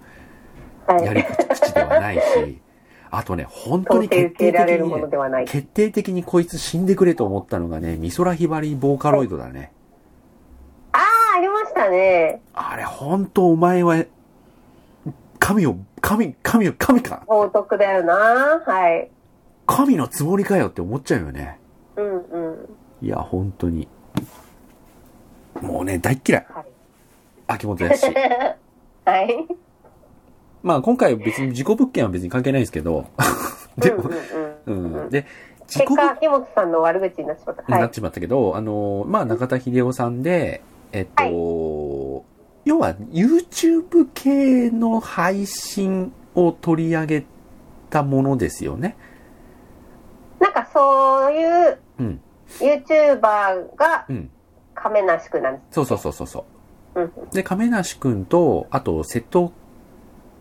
はい。
やり口ではない
*laughs*
し、あとね、本当
到
に
底受
決
け
定
入れら
的
れる
に
もの
ね、
ではない。
決定的にこいつ死んでくれと思ったのがね、美空ひばりボーカロイドだね。
ああ、ありましたね。
あれ、本当お前は、神を、神、神を、神か
冒涜だよな。はい。
神のつもりかよって思っちゃうよね。
うんうん。
いや、本当に。もうね、大っ嫌い。
はい。
秋元
*laughs*
康。
はい。
まあ今回別に事故物件は別に関係ないですけど、あでも
うん、う
うん。
うんうんん、
で、自
結
己分
果、木本さんの悪口になっちまった。は
なっ
い。
ちまったけど、あの、まあ、中田秀夫さんで、えっと、
はい
要は YouTube 系の配信を取り上げたものですよね。
なんかそういう
うん。
YouTuber が
うん。
亀梨くんなんです。
そうそうそうそうそうう。で、亀梨くんと、あと、瀬戸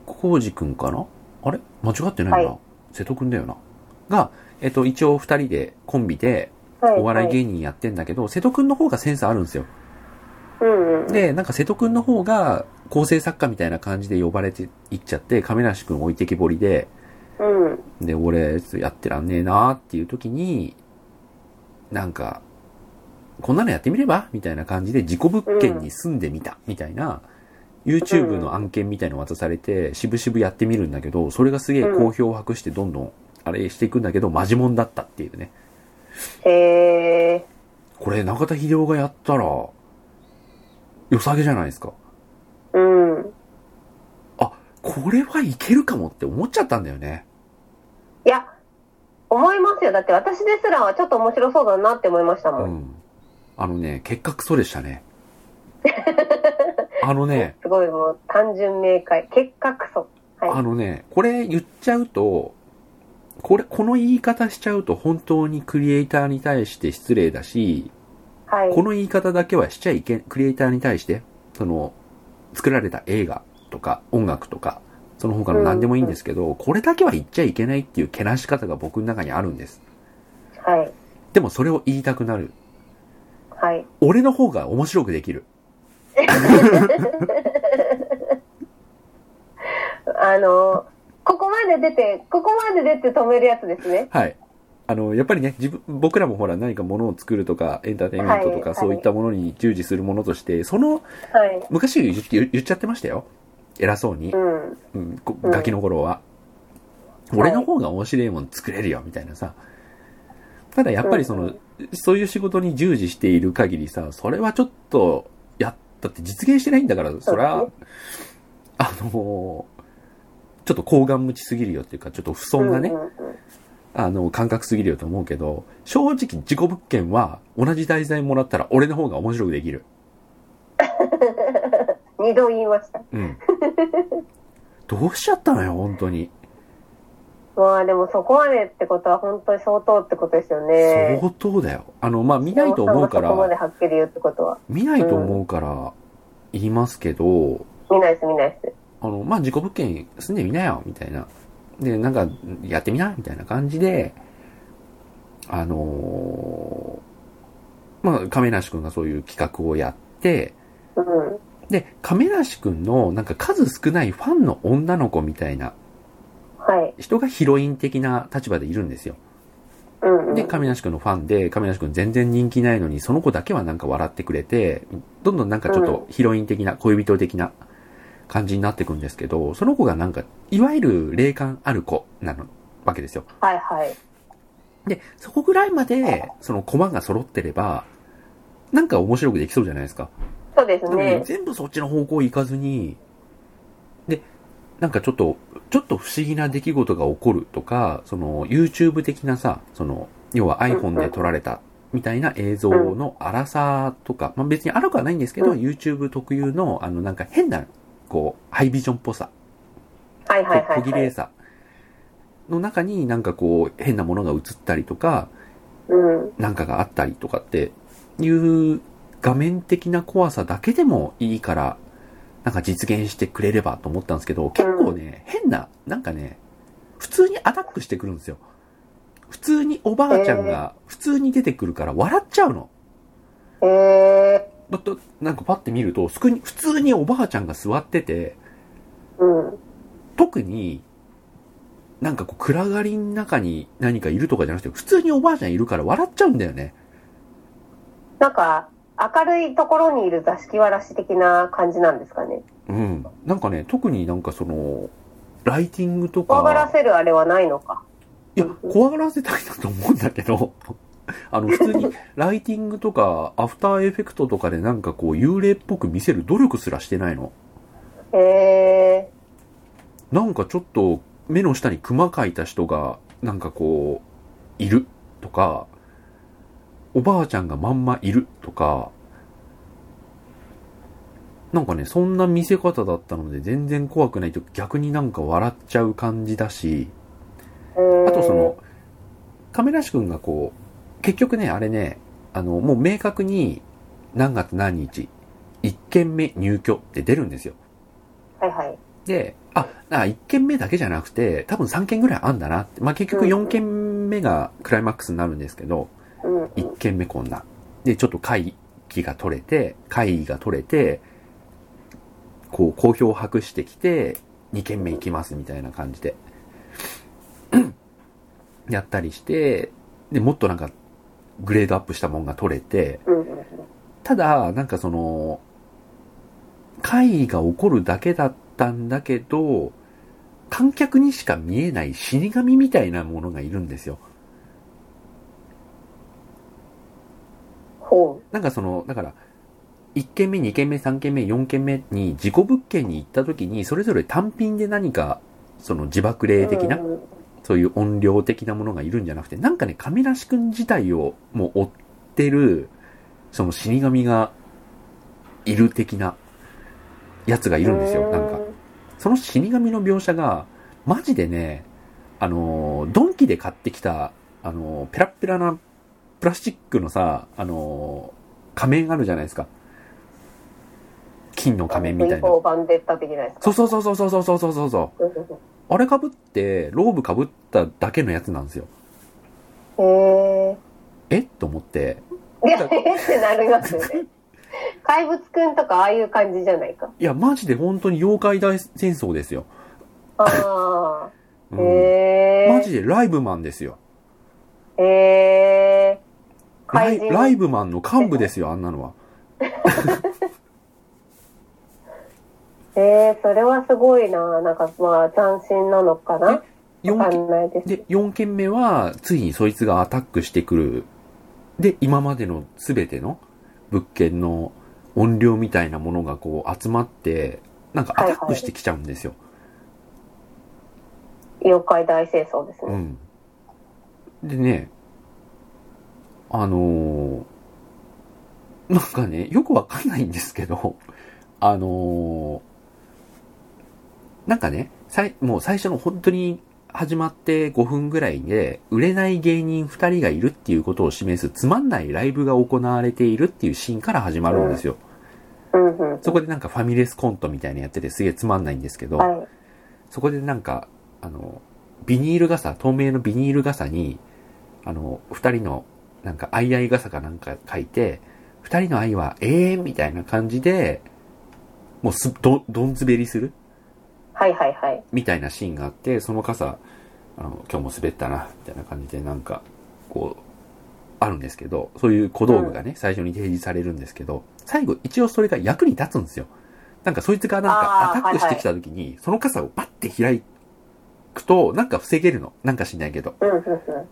康二くんかなあれ間違ってないよな。
は
瀬戸くんだよな。が、えっと、一応二人でコンビで
は
お笑い
は
芸人やってんだけど、瀬戸くんの方がセンスあるんですよ。
うんうん。
で、なんか瀬戸くんの方が構成作家みたいな感じで呼ばれていっちゃって、亀梨くん置いてきぼりで、
うん。
で、俺、ちょっとやってらんねえなーっていう時に、なんか、こんなのやってみればみたいな感じで自己物件に住んでみた、みたいな、YouTube の案件みたいの渡されて、しぶしぶやってみるんだけど、それがすげえ好評を博してどんどん、あれしていくんだけど、マジモンだったっていうね。
へえ。
これ、中田秀夫がやったら、良さげじゃないですか。
うん。
あ、これはいけるかもって思っちゃったんだよね。
いや、思いますよ。だって私ですらはちょっと面白そうだなって思いましたも。
うんん。あのね、結果クソでした
*laughs*
ね。あのね、
すごいもう単純明快。結果クソ。
あのね、これ言っちゃうと、これ、この言い方しちゃうと本当にクリエイターに対して失礼だし、
はい。
この言い方だけはしちゃいけん、クリエイターに対して、その、作られた映画とか音楽とか、その他の何でもいいんですけど、これだけは言っちゃいけないっていうけなし方が僕の中にあるんです。
はい。
でもそれを言いたくなる。
はい。
俺の方が面白くできる。
あの、ここまで出て、ここまで出て止めるやつですね。
はい。あの、やっぱりね、自分、僕らもほら何かものを作るとか、エンターテインメントとか、
はい
そういったものに従事するものとして、その、
はい。
昔言言言っちゃってましたよ。偉そうに
う。ん。
うん、こ
うん
ガキの頃は。
い
俺の方が面白いもの作れるよ、みたいなさ。ただやっぱりその、そういう仕事に従事している限りさ、それはちょっと、やったって実現してないんだから、そりゃ
そう、
あのーちょっと高顔無知すぎるよっていうか、ちょっと不
う
遜なね、
んうん
あの、感覚すぎるよと思うけど、正直自己物件は同じ題材もらったら俺の方が面白くできる。
うん二度言いました。
*laughs* うん。どうしちゃったのよ、本当に。
まあでもそこまでってことは本当に相当ってことですよね。
相当だよ。あの、まあ、見ないと思うか
山本さんがそこまで
ら、
はっきり言うってことは。
見ないと思うから言いますけど、
見ないです、見ないです。
あの、まあ、自己物件住んでみなよ、みたいな。で、なんか、やってみな、みたいな感じで、あのーまあ、亀梨くんがそういう企画をやって、
うん。
で、亀梨くんのなんか数少ないファンの女の子みたいな
はい。
人がヒロイン的な立場でいるんですよ。
うん、うん。
で、亀梨くんのファンで、亀梨くん全然人気ないのに、その子だけはなんか笑ってくれて、どんどんなんかちょっとヒロイン的な、恋人的な感じになってくんですけど、その子がなんか、いわゆる霊感ある子なの、わけですよ。
はいはい。
で、そこぐらいまで、その駒が揃ってれば、なんか面白くできそうじゃないですか。
そうです
でもね
ね。
全部そっちの方向行かずに、で、なんかちょっと、ちょっと不思議な出来事が起こるとか、その YouTube 的なさ、その、要は iPhone で撮られたみたいな映像の荒さとか、まあ別に荒くはないんですけど、
うん
YouTube 特有の、あのなんか変な、こう、ハイビジョンっぽさ、
はいはいは
小
い、
切
は
れ
い。
さの中になんかこう、変なものが映ったりとか、
うん。
なんかがあったりとかっていう画面的な怖さだけでもいいから、なんか実現してくれればと思ったんですけど、結構ね、変な、なんかね、普通にアタックしてくるんですよ。普通におばあちゃんが、普通に出てくるから笑っちゃうの。
へえ
だって、なんかパッて見ると、すくに普通におばあちゃんが座ってて、
ー。うん。
特に、なんかこう暗がりの中に何かいるとかじゃなくて、普通におばあちゃんいるから笑っちゃうんだよね。
なんか、明るいところにいる座敷わらし的な感じなんですかね。
うん。なんかね、特になんかその、ライティングとか。
怖がらせるあれはないのか。
いや、怖がらせたいなと思うんだけど、 *laughs* あの、普通
*laughs*
にライティングとか、アフターエフェクトとかでなんかこう、幽霊っぽく見せる努力すらしてないの。
へえ
なんかちょっと、目の下にクマ描いた人が、なんかこう、いるとか、おばあちゃんがまんまいるとか、なんかね、そんな見せ方だったので全然怖くないと逆になんか笑っちゃう感じだし、あとその、亀梨くんがこう、結局ね、あれね、あの、もう明確に何月何日、1件目入居って出るんですよ。
はいはい。
で、あ、あ1件目だけじゃなくて、多分3件ぐらいあんだなって。まあ、結局4件目がクライマックスになるんですけど、
うんうん。
1件目こんな。で、ちょっと会議が取れて、会議が取れて、こう、好評を博してきて、2件目行きますみたいな感じで、やったりして、で、もっとなんか、グレードアップしたもんが取れて、
うんうんうん。
ただ、なんかその、会議が起こるだけだったんだけど、観客にしか見えない死神みたいなものがいるんですよ。
ほ
なんかその、だから、1件目、2件目、3件目、4件目に事故物件に行った時に、それぞれ単品で何か、その自爆
う。
霊的な
う、んうん
そういう音量的なものがいるんじゃなくて、なんかね、亀梨くん自体をもう追ってる、その死神がいる的なやつがいるんですよ、なんか。。その死神の描写が、マジでね、あのー、ドンキで買ってきた、あのー、ペラッペラなプラスチックのさ、あのー、仮面あるじゃないですか。金の仮面みたいな。
V4 版でった的なやつ。
そうそうそうそうそうそうそうそうそう。
うんうん
あれ被って、ローブ被っただけのやつなんですよ。
うん。へ
えと思って。
え。いや、えってなりますよね。怪物くんとかああいう感じじゃないか。
いや、マジで本当に妖怪大戦争ですよ。
あ
う
あ。
ん
へえ。
マジでライブマンですよ。
へえ。
ライ
怪人
ライブマンの幹部ですよ、あんなのは。
ええ、それはすごいな。なんかまあ、斬新なのかな。
4
わかんないです。
で、4件目は、ついにそいつがアタックしてくる。で、今までの全ての物件の音量みたいなものがこう集まって、なんかアタックしてきちゃうんですよ。
妖怪大戦争ですね。
うん。でね、あのーなんかね、よくわかんないんですけど、あのーなんかね、最もう最初の本当に始まって5分ぐらいで、売れない芸人2人がいるっていうことを示すつまんないライブが行われているっていうシーンから始まるんですよ。
うんうん。
そこでなんかファミレスコントみたいなのやっててすげえつまんないんですけど、
はい。
そこでなんか、あの、ビニール傘、透明のビニール傘に、あの、二人の、なんか、相合い傘かなんか書いて、二人の愛は永遠みたいな感じで、もうす、ど、どん滑りする
はいはいはい。
みたいなシーンがあって、その傘、あの、今日も滑ったな、みたいな感じで、なんか、こう、あるんですけど、そういう小道具がね、最初に提示されるんですけど、最後、一応それが役に立つんですよ。なんか、そいつがなんか
あ、ー
アタックしてきた時に、その傘をバッて開くと、なんか防げるの。なんか知んないけど、
うんうんうん。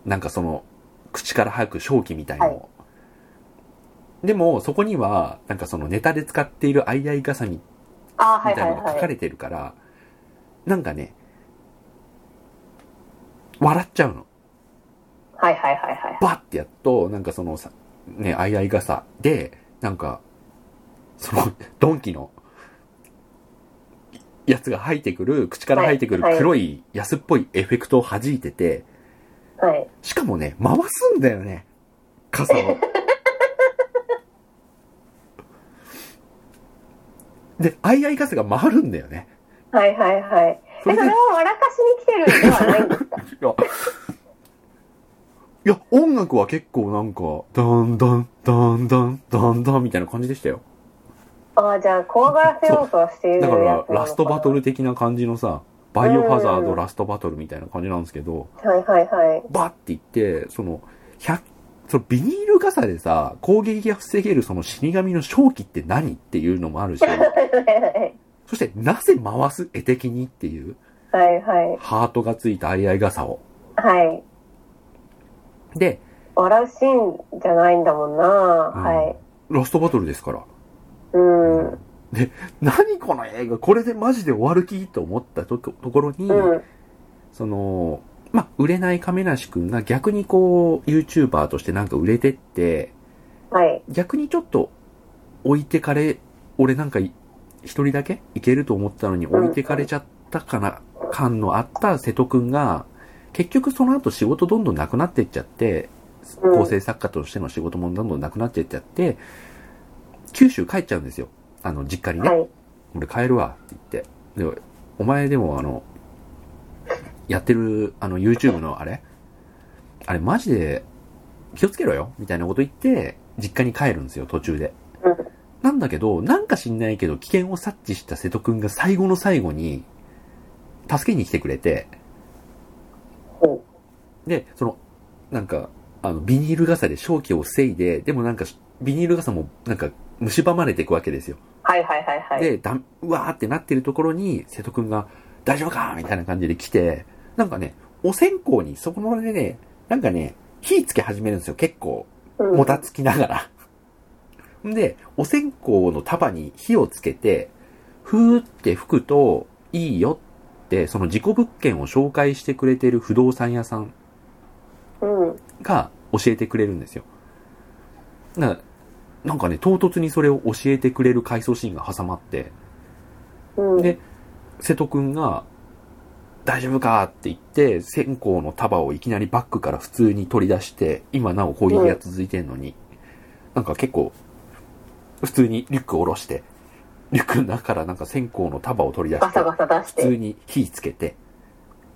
なんかその、口から吐く正気みたいのを。でも、そこには、なんかそのネタで使っている相合い傘み
ああ、は
み
い
た
はいい
なのが書か
はい。
れてるから、なんかね、笑っちゃうの。
はいはいはいはい。
バッてやっと、なんかそのさ、ね、あいあい傘で、なんか、その、 *laughs* ドンキの、やつが吐いてくる、口から吐いてくる
はいはい
黒い安っぽいエフェクトを弾いてて、
はい。
しかもね、回すんだよね。傘
*laughs*
を。で、あいあい傘が回るんだよね。
はいはいはい。
そ
え、
れで
それを笑かしに来てるんではないんで
*laughs*
すか
いや、いや、音楽は結構なんか、ダンダン、ダンダン、ダンダンみたいな感じでしたよ。
ああ、じゃあ、怖がらせようとはしている
だ
やつ
か
なの
ら
か、な
ラストバトル。的な感じのさ、バイオハザー
う
ド
ん
ラストバトルみたいな感じなんですけど、
はいはいはい。
バッていって、その、100、そのビニール傘でさ、攻撃が防げるその死神の正気って何っていうのも
*laughs*
あるし、そしてなぜ回す絵的にっていう、
はいはい。
ハートがついた相合い傘を。
はい。
で、
笑うシーンじゃないんだもんな。
うん
はい。
ラストバトルですから。
うん。うん。
で、何この映画、これでマジで終わる気と思ったとこところに、その、まあ、売れない亀梨くんが逆にこう、YouTuber としてなんか売れてって、
はい。
逆にちょっと置いてかれ、俺なんかい一人だけいけると思ったのに置いてかれちゃったかな、感のあった瀬戸くんが、結局その後仕事どんどんなくなっていっちゃって、
うん
構成作家としての仕事もどんどんなくなっていっちゃって、九州帰っちゃうんですよ。あの、実家にね。
はい。
俺帰るわって言って。で、お前でもあの、やってるあの YouTube のあれあれマジで気をつけろよみたいなこと言って、実家に帰るんですよ、途中で
うん。
なんだけど、なんか知んないけど、危険を察知した瀬戸くんが最後の最後に、助けに来てくれて、
ほ
で、その、なんか、あの、ビニール傘で正気を防いで、でもなんか、ビニール傘も、なんか、蝕まれていくわけですよ。
はいはいはいはい。
で、だんうわーってなってるところに、瀬戸くんが、大丈夫かみたいな感じで来て、なんかね、お線香に、そこのでね、なんかね、火つけ始めるんですよ、結構。
うん
もたつきながら。ん *laughs* で、お線香の束に火をつけて、ふーって吹くといいよって、その事故物件を紹介してくれてる不動産屋さん
うん。
が教えてくれるんですよ。ななんかね、唐突にそれを教えてくれる回想シーンが挟まって、
うん。
で瀬戸くんが、大丈夫かって言って、線香の束をいきなりバッグから普通に取り出して、今なお攻撃が続いてんのに、なんか結構、普通にリュックを下ろして、リュックの中からなんか線香の束を取り出
ガ
して
サ、ガサ出し
普通
て。
に火つけて、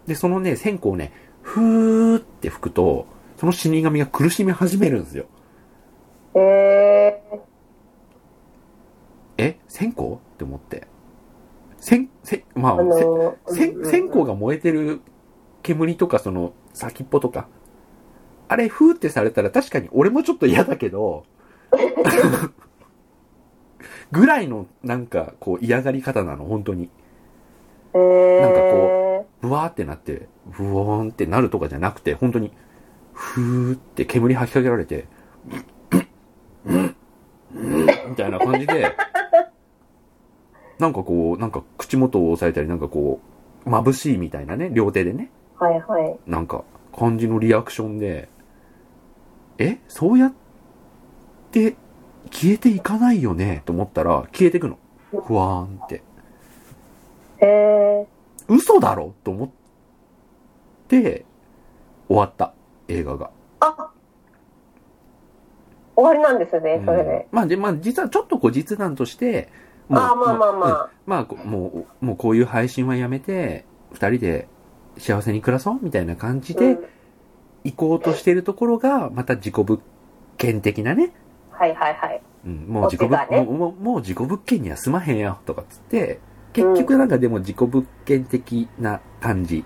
で、そのね、線香をね、ふーって吹くと、その死神が苦しみ始めるんですよ。
へえ
え線香って思って。線、線、まあ、
ー。あのー、
せ
うんん
線香。が燃えてる煙とかその先っぽとか、あれふーってされたら確かに俺もちょっと嫌だけど、 *laughs* ぐらいのなんかこう嫌がり方なの、本当に。
へえー。
なんかこブワーってなって、ブワーンってなるとかじゃなくて、本当に、ふーって煙吐きかけられて、みたいな感じで、なんかこう、なんか口元を押さえたり、なんかこう、眩しいみたいなね、両手でね。
はいはい。
なんか、感じのリアクションで、えそうやって消えていかないよねと思ったら、消えてくの。ふわーんって。
へえ
嘘だろと思って、終わった。映画が。
ー。あ終わりなんですね、それ
うん
で。
まあ、で、まあ、実はちょっと後日談として、もう
ああ、まあまあま
うん
あ。
まあ、こもう、もうこういう配信はやめて、二人で幸せに暮らそうみたいな感じ
う
で
ん、
行こうとしてるところが、また自己物件的なね、
はいはいはい。
うん、もう自己
こっ
物、
ちがね
もうもうもう自己物件には住まへんよとかっつって、結局なんかでも自己物件的な感じ。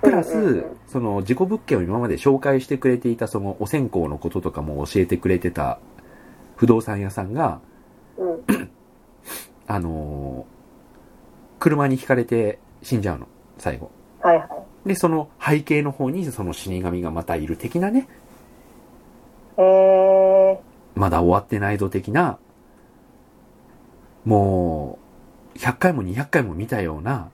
プラ
うんうんう
ス
ん、
その自己物件を今まで紹介してくれていたそのお線香のこととかも教えてくれてた不動産屋さんが、
うん。
あのー車にひかれて死んじゃうの、最後。
はいは
で、その背景の方にその死神がまたいる的なね、
い。へえ
まだ終わってないぞ的な、もう、100回も200回も見たような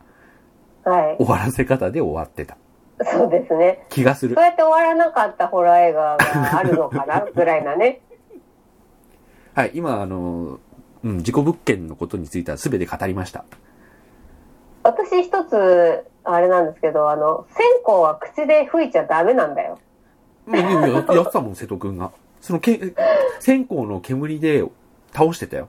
ー。はい
終。わらせ方で終わってた
そうですね。
気がする
そう。やって終わらなかったホラー映画があるのか
*laughs*
なぐらいなね。
はい、今、あの、うん、自己物件のことについては全て語りました。
私一つ、あれなんですけど、あの、線香は口で吹いちゃダメなんだよ。
もう、いやいややってたもん、瀬戸くんが。そのけ、線香の煙で倒してたよ。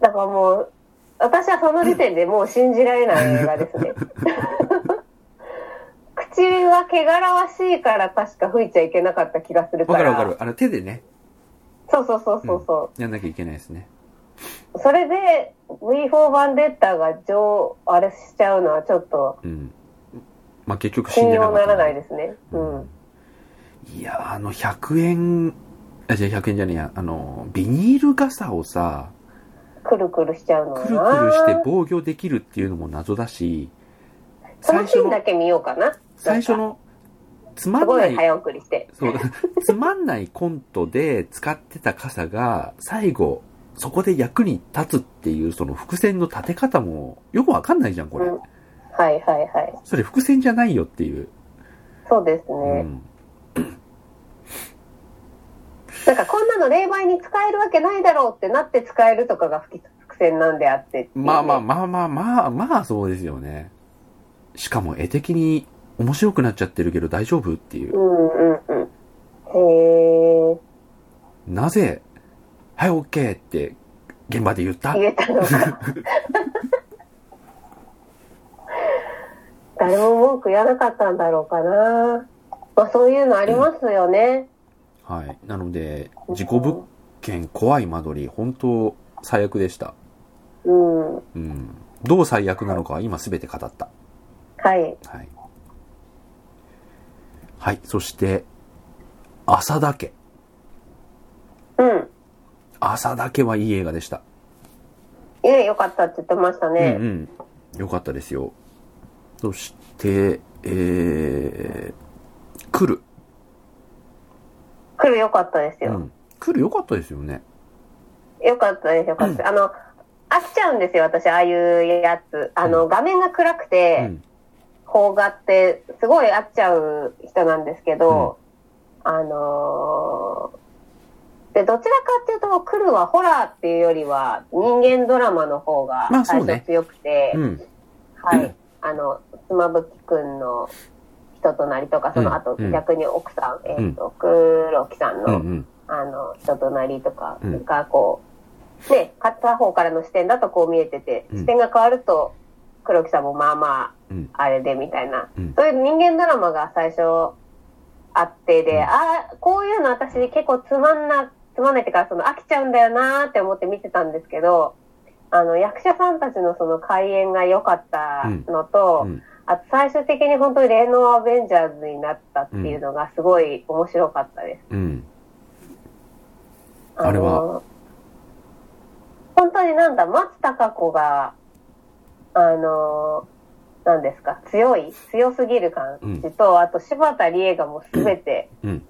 だからもう、私はその時点でもう信じられない映画です
*laughs*
ね。口は汚らわしいから確か吹いちゃいけなかった気がするか。
わからるわかる。あの、手でね、
そうそうそうそうそう。
やんなきゃいけないですね。
それで、V4 バンデッタが上、あれしちゃうのはちょっと
うん。まあ、結局死ん
信
でなか
用
った
な
ね。
らないですね。うん。
いやー、あの、100円、あ、じゃあ100円じゃねえや、あの、ビニール傘をさ、
くるくるしちゃうの
く
は
る
な
くるして防御できるっていうのも謎だし、
その
最
シ
初
ーンだ
の、
け見ようかな。
最初
なんか
の、つますん
ご
ないい、
早送りして。
そう、 *laughs* つまんないコントで使ってた傘が、最後、そこで役に立つっていう、その伏線の立て方も、よくわかんないじゃん、これ。
うんはいはいはい。
それ伏線じゃないよっていう。
そうですね。
うん。
なんかこんなの霊媒に使えるわけないだろうってなって使えるとかが伏線なんであって。
まあまあ。まあまあまあ、まあそうですよね。しかも絵的に面白くなっちゃってるけど大丈夫っていう
う。んうんうん。へえ。
なぜ、はい、オッケーって現場で言った
言えたのか。誰も文句言わなかったんだろうかな。まあそういうのありますよね。
はい。なので、事故物件怖い間取り、本当最悪でした。
うん。は
うん。どう最悪なのかは今すべて語った。
い。
はい。はい。そして、朝だけ。
うん。
朝だけはいい映画でした。
いえ、よかったって言ってましたね。
うんうん。よかったですよ。そして、えー、来る。
来るよかったです
う
よ。
ん。来る良かったですよね。
よかったです、よかったです。あの、飽きちゃうんですよ、私、ああいうやつ。あの、画面が暗く
う
て、
ん。
邦画って、すごい飽きちゃう人なんですけど、あのーで、どちらかっていうと、来るはホラーっていうよりは、人間ドラマの方が
まあそ
最
うね
初強くて、
うん。
はい。あの、妻夫木くんの人となりとか、そ
うん
の後、
うん
逆に奥さん、えっ、
うん
と、黒木さん
う
の、
んうん。
あの、人となりとか
うん
が、こう、ね、片方からの視点だとこう見えてて、
うん
視点が変わると、黒木さんもまあま
うん
あ、あれでみたいな、
うん
そういう人間ドラマが最初あってで、
うん
ああ、こういうの私結構つまんな、つまんないっていうか、その飽きちゃうんだよなーって思って見てたんですけど、あの、役者さんたちのその開演が良かったのと、
うん
あと最終的に本当に霊能アベンジャーズになったっていうのがすごい面白かったです。
うん。
の
あれは。
本当になんだ、松たか子が、あの、なんですか、強い、強すぎる感じと、あと柴田理恵がもうすべて、
うん。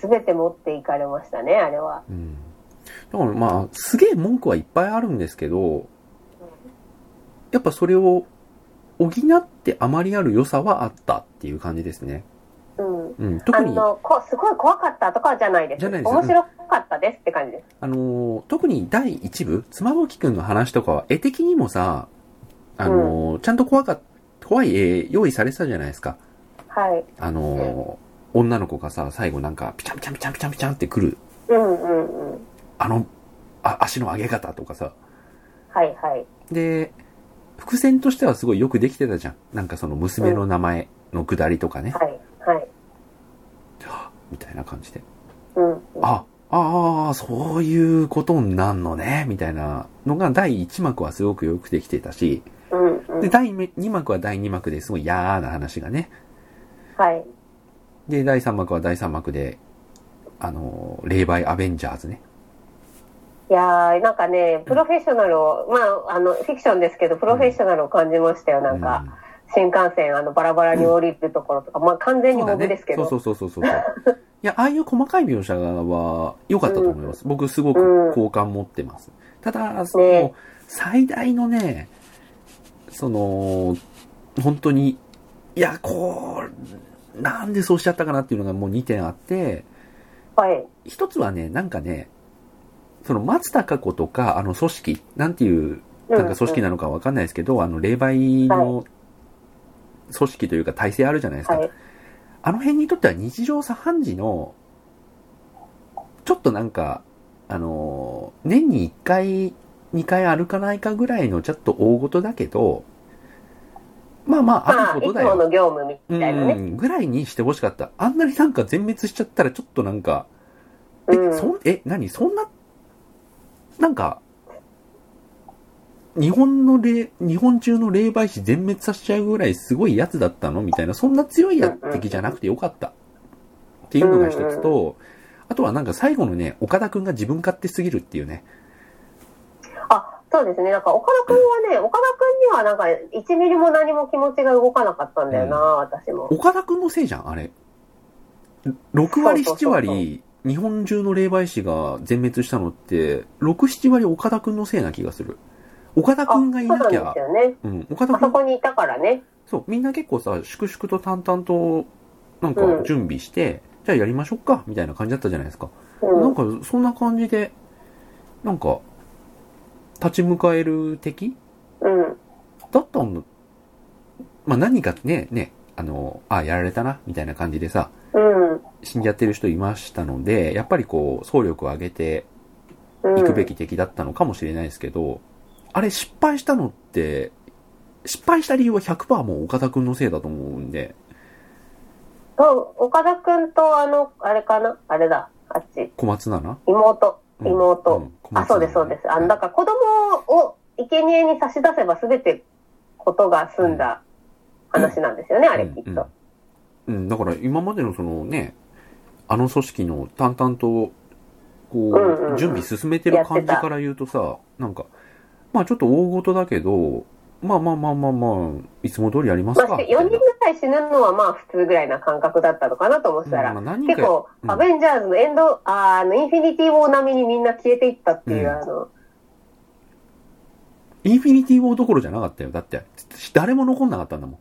すべて持っていかれましたね、あれは。
うん。だからまあ、すげえ文句はいっぱいあるんですけど、やっぱそれを補ってあまりある良さはあったっていう感じですね。
うん。
うん。
あ
特に、
のこ、すごい怖かったとかじゃないです。
じゃないです
面白かったですって感じです。
あのー特に第1部、妻夫木くんの話とかは、絵的にもさ、あのーちゃんと怖かっ怖い絵用意されてたじゃないですか。
はい。
あのー女の子がさ、最後なんか、ピチャンピチャンピチャンピチャンピチャンって来る、
うんうんうん。
あの、あ足の上げ方とかさ。
はいはい。
で、伏線としてはすごいよくできてたじゃん。なんかその娘の名前のくだりとかね、
はい。はい。
みたいな感じで。
うんうん。
あ、ああ、そういうことになんのね、みたいなのが第1幕はすごくよくできてたし、
うんう
で、
ん。
第2幕は第2幕ですごい嫌な話がね。
はい。
で、第3幕は第3幕で、あのー、霊媒アベンジャーズね。
いやー、なんかね、プロフェッショナルを、まあ、あの、フィクションですけど、プロフェッショナルを感じましたよ、なんか。新幹線、あの、バラバラに降りるところとか、まあ、完
う
全
ん、
に
そうだ
僕
ね
ですけ。
そ
ど。
うそうそうそうそう。い
*laughs*
や、ああいう細かい描写は良かったと思います。僕すごく好感持ってます。ただ、その、最大のね、その、本当に、いや、こう、なんでそうしちゃったかなっていうのがもう2点あって、
はい。
一つはね、なんかね、その松たか子とか、あの組織、なんていう、なんか組織
な
なのかわかんないですけど、あの霊媒の組織というか体制あるじゃないですか。
はい。
あの辺にとっては日常茶飯事の、ちょっとなんか、あの、年に1回、2回歩かないかぐらいのちょっと大事だけど、まあまあ、
ま
あ
あ、
る
い
こ
つ
とだ
も
よ。
の業務み
う
たいなね。
ん、ぐらいにしてほしかった。あんなになんか全滅しちゃったらちょっとなんか、え、
うん。
そん、え、何そんな、なんか、日本の霊、日本中の霊媒師全滅させちゃうぐらいすごいやつだったのみたいな、そんな強いや敵じゃなくてよかった。っていうのが一つと、あとはなんか最後のね、岡田くんが自分勝手すぎるっていうね。
あ、そうですね。なんか、岡田くんはね、岡田くんにはなんか、1ミリも何も気持ちが動かなかったんだよな、
う
私も。
岡田くんのせいじゃん、あれ。6割、
そ
7
うそうそうそう
割、日本中の霊媒師が全滅したのって、6、7割岡田くんのせいな気がする。岡田くんがいな
そう
き
なん
ゃ
です、よね。
うん、岡田
あ
く
そ
ん、
こにいたからね。
そう、みんな結構さ、粛々と淡々と、なん
う
か
ん
準備して、じゃあやりましょうか、みたいな感じだったじゃないですか。
う
なんん。か、そんな感じで、なんか、立ち向かえる敵
うん。
だったんだ。まあ、何かね、ね、あの、あ、やられたな、みたいな感じでさ、
うん。
死んじゃってる人いましたので、やっぱりこう、総力を上げて
うん。
いくべき敵だったのかもしれないですけど、あれ失敗したのって、失敗した理由は100%もう岡田くんのせいだと思うんで、
そう、岡田くんと、あの、あれかなあれだ。あっち。
小松菜奈
妹。
うん
妹。
うん小松菜
あ、
奈
そうです、そうです。あ
は
の、
い
だから子供を生贄に差し出せば全てことが済んだ話なんですよね、あれきっと。
うん、うんうんだから今までのそのねあの組織の淡々とこう、
んうんうん
準備進めてる感じから言うとさなんかまあちょっと大事だけどまあまあまあまあまあいつも通りやります
まあ、
か
4人ぐらい死ぬのはまあ普通ぐらいな感覚だったのかなと思って
みた
た
いな
ら、
うんまあ何
結
か
構、
うん
アベンジャーズのエンド、あーあの、インフィニティウォー並みにみんな消えていったっていう、
うん
あの、
インフィニティウォーどころじゃなかったよだって誰も残んなかったんだもん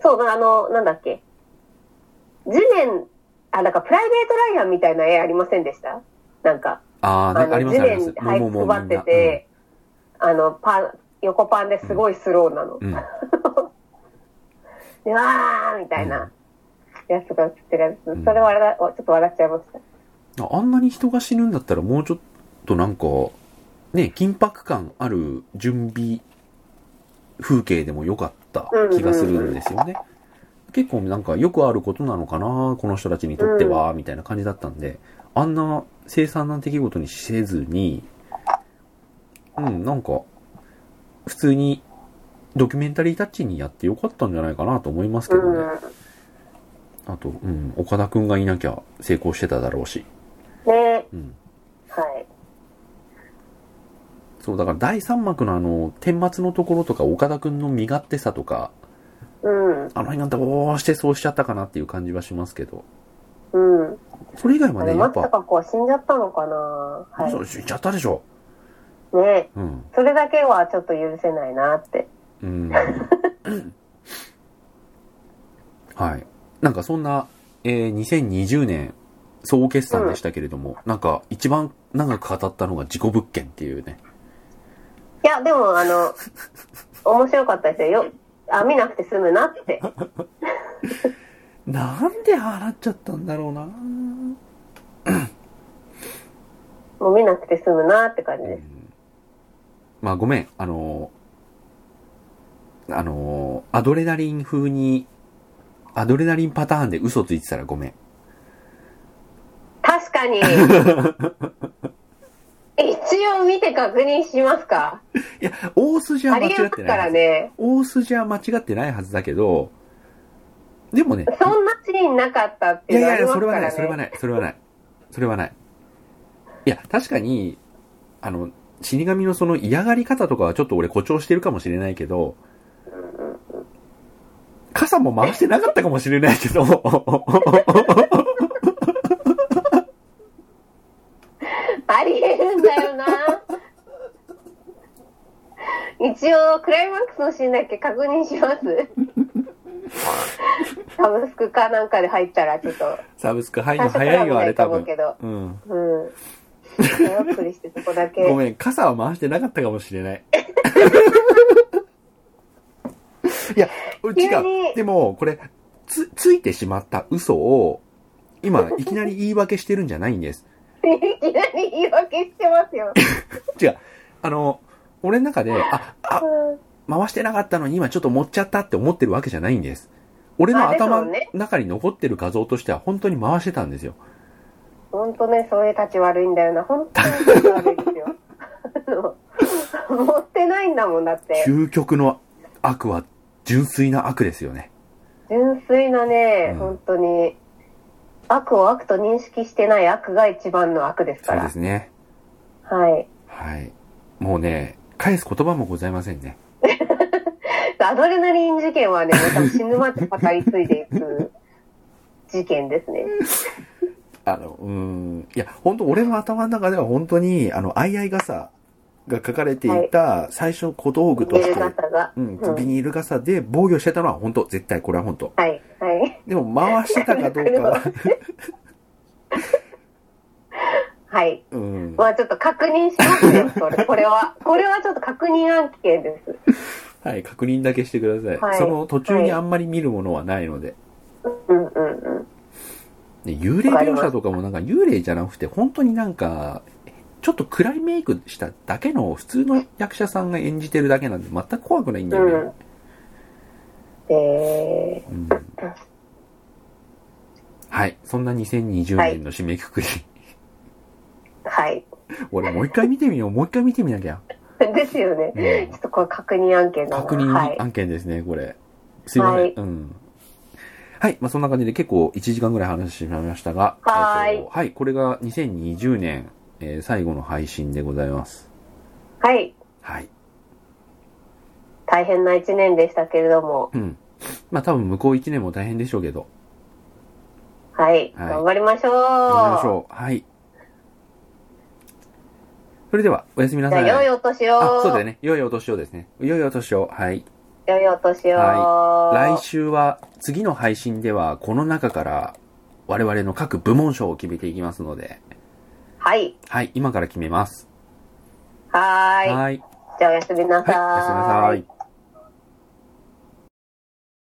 そう、あの、なんだっけ。地面、あ、なんかプライベートライアンみたいな絵ありませんでしたなんか、
ああ
あ
なあり
の、
ま
地
すありま
面に
す
這いつくばって
うん
て、あの、パン、横パンですごいスローなの。
うん
で、わーみたいなやつが映ってるやつ。
ん
それ笑だ、ちょっと笑っちゃいました。
ああんなに人が死ぬんだったらもうちょっとなんか、ね、緊迫感ある準備風景でも良かった気がするんですよね。結構なんかよくあることなのかな、この人たちにとっては、みたいな感じだったんで、あんな凄惨な出来事にせずに、うん、なんか、普通にドキュメンタリータッチにやって良かったんじゃないかなと思いますけどね。
う
あと、うん、岡田くんがいなきゃ成功してただろうし。
ん。ね
うん
はい。
そう、だから第3幕のあの、天末のところとか、岡田くんの身勝手さとか、
う
あ
ん。
の辺なんてどうしてそうしちゃったかなっていう感じはしますけど、
うん。
それ以外は
あれ、
ね、やっ
松
ぱ、
たか子は死んじゃったのかなは
そう、
い。
死んじゃったでしょ。
ね
うん。
それだけはちょっと許せないなって。
うん。 *laughs* はい。なんかそんな、えー、2020年、総決算でしたけれども、なんか一番長く語ったのが事故物件っていうね。
いや、でも、あの、面白かったですよ。よあ、見なくて済むなって。
なんで払っちゃったんだろうな
もう見なくて済むなって感じです。
まあごめん、あのーあのーアドレナリン風に、アドレナリンパターンで嘘ついてたらごめん。
確
*laughs*
かに。一応見て確認しますか。
いや、大筋は
あ
間違
りえま
っ
す
て
か
ない
ら
はず。
ね。
大筋は間違ってないはずだけど、でもね、
そんなシーンなかったって
い
いう
やい
のはあ
やいや、
りま
そ
す
れ
か
は
ら
な
ね
い、。それはない、それはない。それはない。いや、確かに、あの、死神のその嫌がり方とかはちょっと俺誇張してるかもしれないけど、傘も回してなかったかもしれないけど、
ありえるんだよな。一応、クライマックスのシーンだけ確認
*laughs*
します。サブスクかなんかで入ったら、ちょっと、
サブスク入るの早いよ、あれ多分。
最初から
うん。
うん。
*laughs*
早送りしてそこだけ。 *laughs*
ごめん、傘は回してなかったかもしれない。 *laughs* いや、うちが
急に、
でも、これ、つ、ついてしまった嘘を、 *laughs* 今、いきなり言い訳してるんじゃないんです。
いきなり言い訳してますよ。
違う。あの、俺の中で、あ、あ、
うん
回してなかったのに今ちょっと持っちゃったって思ってるわけじゃないんです。俺の
あでしょう
頭の
ね
中に残ってる画像としては本当に回してたんですよ。
ほんとね、そういう立ち悪いんだよな。ほんとに立ち悪いですよ。 *laughs* あの持ってないんだもんだって。
究極の悪は純粋な悪ですよね。
純粋なね、
うん
本当に。悪を悪と認識してない悪が一番の悪です
そ
か
う
ら。
ですね。
はい。
はい。もうね、返す言葉もございませんね。
アドレナリン事件はね、また死ぬまで語り継いでいく事件ですね。
あの、うーん。いや、本当俺の頭の中では本当に、あの、アイアイがさ、が書かれていた、最初小道具として、
ビニール傘が
うん、
うん
ビニール傘で防御してたのは本当、絶対これは本当。
はい、はい、
でも回してたかどうかは、
はい。
うん。
まあちょっと確認しますね、これ。これは、これはちょっと確認案件です。
はい、確認だけしてください。
はい
その途中にあんまり見るものはないので。
うんうんうん。
ね幽霊描写とかもなんか幽霊じゃなくて、本当になんか、ちょっと暗いメイクしただけの普通の役者さんが演じてるだけなんで、全く怖くないんだよね。
え
うんはい。そんな2020年の締めくくり。
ー、はい。 *laughs*
俺もう一回見てみよう。もう一回見てみなきゃ。
ですよね。
うん
ちょっとこれ確認案件だな。
確認
はい。
案件ですね、これ。すいません。
はい
うん。はい。まあ、そんな感じで結構1時間ぐらい話してしまいましたが。
はーい
えっとはい。これが2020年、えー最後の配信でございます。
はい。
はい。
大変な一年でしたけれども、
うん。まあ、多分向こう1年も大変でしょうけど。
はい。
はい
頑張りましょう。
頑張りましょう。はい。それでは、おやすみな
じゃ
さ
あ、
い。
良いお年を。
あ、そうだよね。良いお年をですね。良いお年を。はい。
良いお年を。
来週は、次の配信では、この中から、我々の各部門賞を決めていきますので、
はい。
はい、今から決めます。
はーい。
はい。
じゃあ、おやすみなさ
はい、おやすみなさい。